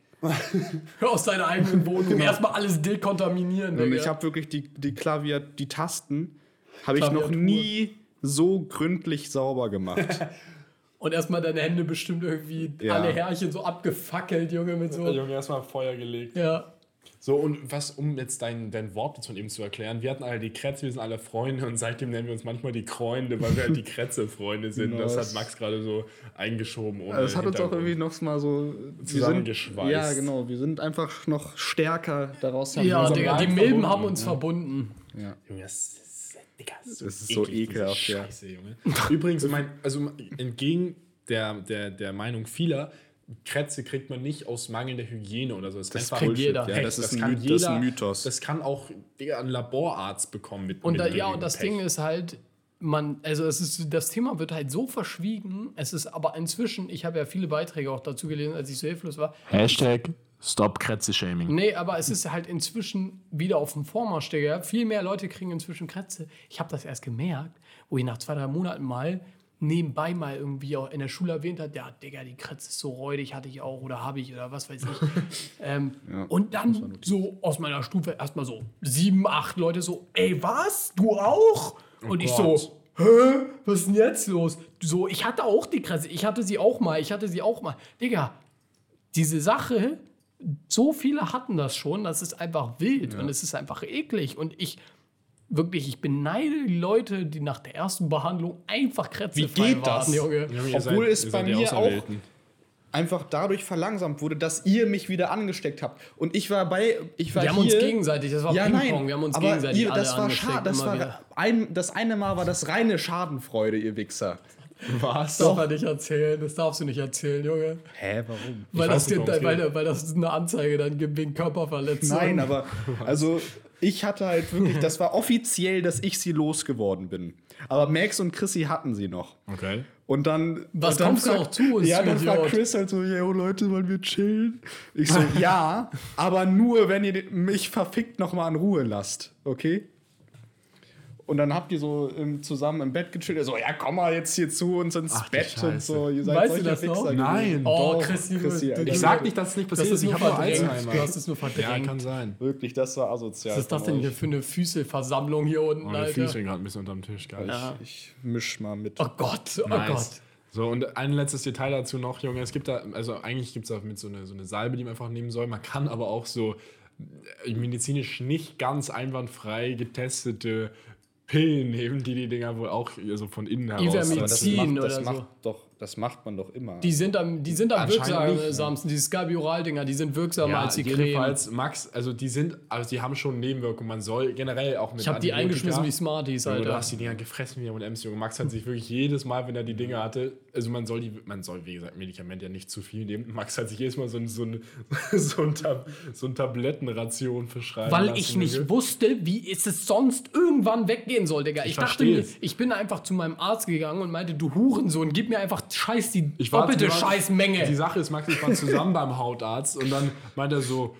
[SPEAKER 2] Aus deiner eigenen Wohnung. Erstmal alles dekontaminieren,
[SPEAKER 3] Genau. Und
[SPEAKER 2] Digga.
[SPEAKER 3] Ähm, ich habe wirklich die, die Klavier, die Tasten, habe ich noch
[SPEAKER 2] Klaviatur.
[SPEAKER 3] nie so gründlich sauber gemacht.
[SPEAKER 2] Und erstmal deine Hände bestimmt irgendwie
[SPEAKER 3] Ja. Also,
[SPEAKER 2] alle Härchen so abgefackelt, Junge, mit so.
[SPEAKER 1] Junge, erstmal Feuer gelegt.
[SPEAKER 2] Ja.
[SPEAKER 1] So, und was, um jetzt dein, dein Wort jetzt von eben zu erklären, wir hatten alle die Kretze, wir sind alle Freunde und seitdem nennen wir uns manchmal die Kreunde, weil wir halt die Kretze-Freunde sind. Das
[SPEAKER 3] Nice.
[SPEAKER 1] hat Max gerade so eingeschoben. Ohne
[SPEAKER 2] Äh,
[SPEAKER 3] Das Also hat uns auch
[SPEAKER 1] Hintergrund.
[SPEAKER 3] irgendwie noch mal so wir
[SPEAKER 1] Zusammengeschweißt.
[SPEAKER 3] Sind, ja, genau. Wir sind einfach noch stärker daraus. Also haben
[SPEAKER 2] Ja,
[SPEAKER 3] wir-
[SPEAKER 1] unser
[SPEAKER 2] Digga, die
[SPEAKER 1] Leid
[SPEAKER 2] Milben
[SPEAKER 1] verbunden,
[SPEAKER 2] haben uns
[SPEAKER 1] ne?
[SPEAKER 2] verbunden.
[SPEAKER 3] ja.
[SPEAKER 1] Junge, das ist, Digga, das
[SPEAKER 3] Das ist so
[SPEAKER 1] eklig, diese
[SPEAKER 3] ekelhaft, ja.
[SPEAKER 1] Scheiße, Junge. Übrigens, mein, also entgegen der, der, der Meinung vieler, Krätze kriegt man nicht aus mangelnder Hygiene oder so. Das, ist
[SPEAKER 3] Das
[SPEAKER 1] einfach
[SPEAKER 2] kriegt
[SPEAKER 1] Bullshit.
[SPEAKER 2] jeder.
[SPEAKER 1] Pech.
[SPEAKER 3] Ja, das ist ein Myth- das ist ein Mythos.
[SPEAKER 1] Das kann auch Digga, ein Laborarzt bekommen mit
[SPEAKER 2] Und
[SPEAKER 1] mit
[SPEAKER 2] da, ja,
[SPEAKER 1] dem
[SPEAKER 2] und das
[SPEAKER 1] Pech.
[SPEAKER 2] Ding ist halt, man, also es ist, das Thema wird halt so verschwiegen. Es ist aber inzwischen, ich habe ja viele Beiträge auch dazu gelesen, als ich so hilflos war.
[SPEAKER 1] Hashtag Stop Krätze-Shaming.
[SPEAKER 2] Nee, aber es ist halt inzwischen wieder auf dem Vormarsch, Digga. Viel mehr Leute kriegen inzwischen Krätze. Ich habe das erst gemerkt, wo ich nach zwei, drei Monaten mal nebenbei mal irgendwie auch in der Schule erwähnt hat, ja, Digga, die Kratze ist so räudig, hatte ich auch oder habe ich oder was weiß ich. ähm, und dann so aus meiner Stufe erstmal so sieben, acht Leute so, ey, was? Du auch? und ich
[SPEAKER 1] Gott.
[SPEAKER 2] so, hä? Was ist denn jetzt los? So, ich hatte auch die Kratze, ich hatte sie auch mal, ich hatte sie auch mal. Digga, diese Sache, so viele hatten das schon, das ist einfach wild und es ist einfach eklig und ich wirklich, ich beneide die Leute, die nach der ersten Behandlung einfach krätzefrei
[SPEAKER 3] geht
[SPEAKER 2] waren,
[SPEAKER 3] das?
[SPEAKER 2] Junge.
[SPEAKER 3] Obwohl es bei mir auch- Einfach dadurch verlangsamt wurde, dass ihr mich wieder angesteckt habt. Und ich war bei, ich war
[SPEAKER 2] Wir haben
[SPEAKER 3] hier,
[SPEAKER 2] uns gegenseitig, das war
[SPEAKER 3] ja,
[SPEAKER 2] Ping-Pong,
[SPEAKER 3] nein,
[SPEAKER 2] wir haben uns
[SPEAKER 3] aber
[SPEAKER 2] gegenseitig
[SPEAKER 3] ihr, das
[SPEAKER 2] alle
[SPEAKER 3] war
[SPEAKER 2] angesteckt,
[SPEAKER 3] schade, das
[SPEAKER 2] immer
[SPEAKER 3] war
[SPEAKER 2] wieder.
[SPEAKER 3] ein, das eine Mal war das reine Schadenfreude, ihr Wichser.
[SPEAKER 1] Was?
[SPEAKER 2] Das darf er nicht erzählen, das darfst du nicht erzählen, Junge.
[SPEAKER 3] Hä, warum?
[SPEAKER 2] Weil
[SPEAKER 1] weiß
[SPEAKER 2] das,
[SPEAKER 1] nicht,
[SPEAKER 2] dir,
[SPEAKER 1] warum es
[SPEAKER 2] weil, weil das eine Anzeige dann gibt wegen Körperverletzung.
[SPEAKER 3] Nein, aber also ich hatte halt wirklich, das war offiziell, dass ich sie losgeworden bin. Aber Max und Chrissy hatten sie noch.
[SPEAKER 1] Okay.
[SPEAKER 3] Und dann.
[SPEAKER 2] Was
[SPEAKER 3] und dann
[SPEAKER 2] kommst du
[SPEAKER 3] fragt-
[SPEAKER 2] auch zu, ist
[SPEAKER 3] Ja,
[SPEAKER 2] du
[SPEAKER 3] dann fragt
[SPEAKER 2] Idiot.
[SPEAKER 3] Chris halt so: Yo, Leute, wollen wir chillen? Ich so: Ja, aber nur, wenn ihr mich verfickt nochmal in Ruhe lasst, okay? Und dann habt ihr so ähm, zusammen im Bett gechillt. Er so: Ja, komm mal jetzt hier zu uns ins
[SPEAKER 1] Ach, die
[SPEAKER 3] Bett und
[SPEAKER 1] Scheiße.
[SPEAKER 3] so. Ihr seid
[SPEAKER 2] Weißt du
[SPEAKER 3] solche
[SPEAKER 2] das noch?
[SPEAKER 3] Wichser gewesen.
[SPEAKER 1] Nein.
[SPEAKER 2] Oh,
[SPEAKER 3] Doch,
[SPEAKER 2] Chrissy,
[SPEAKER 3] Chrissy,
[SPEAKER 2] du-
[SPEAKER 3] Alter.
[SPEAKER 1] Ich sag nicht, dass es nicht passiert
[SPEAKER 2] das
[SPEAKER 1] ist.
[SPEAKER 2] ist
[SPEAKER 1] Ich
[SPEAKER 2] nur
[SPEAKER 1] habe nur
[SPEAKER 2] verdrängt.
[SPEAKER 1] Alzheimer.
[SPEAKER 2] Du hast es nur
[SPEAKER 1] ja,
[SPEAKER 2] verdrängt.
[SPEAKER 1] kann sein.
[SPEAKER 3] Wirklich, das war asozial.
[SPEAKER 2] Was ist das
[SPEAKER 3] von
[SPEAKER 2] denn hier
[SPEAKER 3] euch.
[SPEAKER 2] für eine Füßelversammlung hier unten,
[SPEAKER 1] Meine
[SPEAKER 2] Alter?
[SPEAKER 1] Füße gerade ein bisschen unterm Tisch. Geil.
[SPEAKER 3] Ich, ich misch mal mit.
[SPEAKER 2] Oh Gott, oh Gott.
[SPEAKER 1] So, und ein letztes Detail dazu noch, Junge. Es gibt da, also eigentlich gibt es da mit so eine, so eine Salbe, die man einfach nehmen soll. Man kann aber auch so äh, medizinisch nicht ganz einwandfrei getestete Pillen nehmen, die die Dinger wohl auch also von innen heraus
[SPEAKER 2] Ivermectin.
[SPEAKER 3] Aber das
[SPEAKER 2] Ziehen
[SPEAKER 3] macht,
[SPEAKER 2] oder
[SPEAKER 3] das,
[SPEAKER 2] so.
[SPEAKER 3] macht doch, das macht man doch immer.
[SPEAKER 2] Die sind am, die sind am
[SPEAKER 1] Anscheinend nicht, ne?
[SPEAKER 2] wirksamsten. Diese Scabioral-Dinger, die sind wirksamer
[SPEAKER 1] Ja,
[SPEAKER 2] als die Creme.
[SPEAKER 1] jedenfalls, Max, also die sind, also die haben schon Nebenwirkungen. Man soll generell auch mit
[SPEAKER 2] Ich habe die
[SPEAKER 1] Antibiotika-
[SPEAKER 2] eingeschmissen wie Smarties,
[SPEAKER 1] Junge, du
[SPEAKER 2] Alter.
[SPEAKER 1] hast die Dinger gefressen wie mit Ems, Junge. Max hat sich wirklich jedes Mal, wenn er die Dinger hatte, also man soll die, man soll, wie gesagt, Medikamente ja nicht zu viel nehmen. Max hat sich jedes Mal so ein, so ein, so ein, Tab so ein Tablettenration verschreiben
[SPEAKER 2] Weil
[SPEAKER 1] lassen,
[SPEAKER 2] ich nicht
[SPEAKER 1] Junge.
[SPEAKER 2] wusste, wie es es sonst irgendwann weggehen soll, Digga. Ich, dachte mir,
[SPEAKER 1] versteh's.
[SPEAKER 2] ich bin einfach zu meinem Arzt gegangen und meinte, du Hurensohn, gib mir einfach scheiß die
[SPEAKER 1] Ich war
[SPEAKER 2] doppelte
[SPEAKER 1] zu-
[SPEAKER 2] Scheißmenge.
[SPEAKER 1] Die Sache ist, Max, ich war zusammen beim Hautarzt und dann meint er so,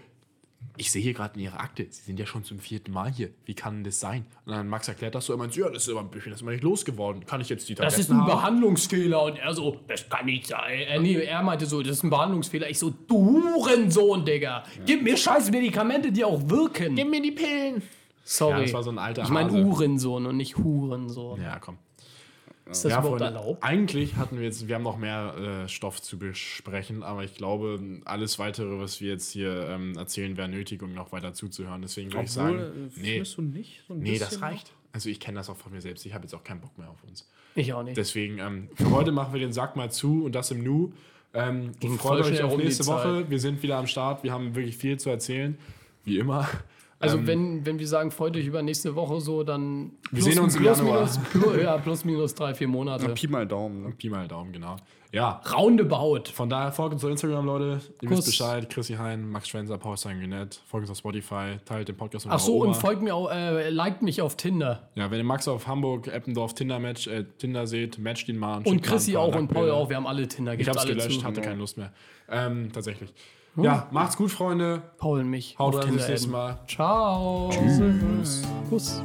[SPEAKER 1] ich sehe hier gerade in Ihrer Akte, Sie sind ja schon zum vierten Mal hier. Wie kann denn das sein? Und dann Max erklärt das so, er meint, so, ja, das ist aber ein bisschen, das ist immer nicht losgeworden. Kann ich jetzt die Tabletten
[SPEAKER 2] Das ist ein
[SPEAKER 1] haben?
[SPEAKER 2] Behandlungsfehler. Und er so, das kann nicht sein. Äh, nee, er meinte so, das ist ein Behandlungsfehler. Ich so, du Hurensohn, Digga. Gib mir scheiß Medikamente, die auch wirken.
[SPEAKER 1] Gib mir die Pillen.
[SPEAKER 2] Sorry.
[SPEAKER 1] Ja, das war so ein alter
[SPEAKER 2] ich meine
[SPEAKER 1] Hase.
[SPEAKER 2] Uhrensohn und nicht Hurensohn.
[SPEAKER 1] Ja, komm.
[SPEAKER 2] Ist das
[SPEAKER 1] Ja,
[SPEAKER 2] überhaupt
[SPEAKER 1] Freunde, Ah,
[SPEAKER 2] erlaubt?
[SPEAKER 1] eigentlich hatten wir jetzt, wir haben noch mehr äh, Stoff zu besprechen, aber ich glaube, alles weitere, was wir jetzt hier ähm, erzählen, wäre nötig, um noch weiter zuzuhören. Deswegen würde ich sagen, nee,
[SPEAKER 3] du nicht? So ein
[SPEAKER 1] nee
[SPEAKER 3] bisschen
[SPEAKER 1] das reicht. Also ich kenne das auch von mir selbst. Ich habe jetzt auch keinen Bock mehr auf uns.
[SPEAKER 2] Ich auch nicht.
[SPEAKER 1] Deswegen, ähm, für heute machen wir den Sack mal zu und das im Nu. Ähm,
[SPEAKER 2] Ging
[SPEAKER 1] freut
[SPEAKER 2] voll
[SPEAKER 1] euch
[SPEAKER 2] schnell
[SPEAKER 1] auf
[SPEAKER 2] rum, die
[SPEAKER 1] nächste
[SPEAKER 2] Zeit.
[SPEAKER 1] Woche. Wir sind wieder am Start. Wir haben wirklich viel zu erzählen. Wie immer.
[SPEAKER 2] Also
[SPEAKER 1] Ähm,
[SPEAKER 2] wenn, wenn wir sagen, freut euch über nächste Woche so, dann wir
[SPEAKER 1] sehen uns im
[SPEAKER 2] plus,
[SPEAKER 1] Januar.
[SPEAKER 2] minus, plus, ja, plus minus drei, vier Monate.
[SPEAKER 3] Pi mal Daumen. Ne?
[SPEAKER 1] Pi mal Daumen, genau. Ja,
[SPEAKER 2] Roundabout.
[SPEAKER 1] Von daher folgt uns auf Instagram, Leute. Ihr
[SPEAKER 2] Kuss.
[SPEAKER 1] wisst Bescheid. Chrissy Hein, Max Schwenzer, Paul Sanguinet. Folgt uns auf Spotify, teilt den Podcast mit
[SPEAKER 2] Ach so,
[SPEAKER 1] eurer
[SPEAKER 2] und
[SPEAKER 1] Oma.
[SPEAKER 2] folgt mir auch, äh, liked mich auf Tinder.
[SPEAKER 1] Ja, wenn ihr Max auf Hamburg, Eppendorf, Tinder Match, äh, Tinder seht, matcht ihn mal.
[SPEAKER 2] Und
[SPEAKER 1] schickt mal ein
[SPEAKER 2] Chrissy
[SPEAKER 1] paar
[SPEAKER 2] auch und Paul
[SPEAKER 1] Nacktbilder.
[SPEAKER 2] auch. Wir haben alle Tinder.
[SPEAKER 1] Ich
[SPEAKER 2] Gebt
[SPEAKER 1] hab's
[SPEAKER 2] alle
[SPEAKER 1] gelöscht,
[SPEAKER 2] zu. genau. Hm?
[SPEAKER 1] hatte keine Lust mehr. Ähm, tatsächlich. Ja, macht's gut, Freunde.
[SPEAKER 2] Paul und mich.
[SPEAKER 1] Haut
[SPEAKER 2] auf
[SPEAKER 1] rein, bis
[SPEAKER 2] Tinder
[SPEAKER 1] nächstes
[SPEAKER 2] adden.
[SPEAKER 1] Mal.
[SPEAKER 2] Ciao. Tschüss. Kuss.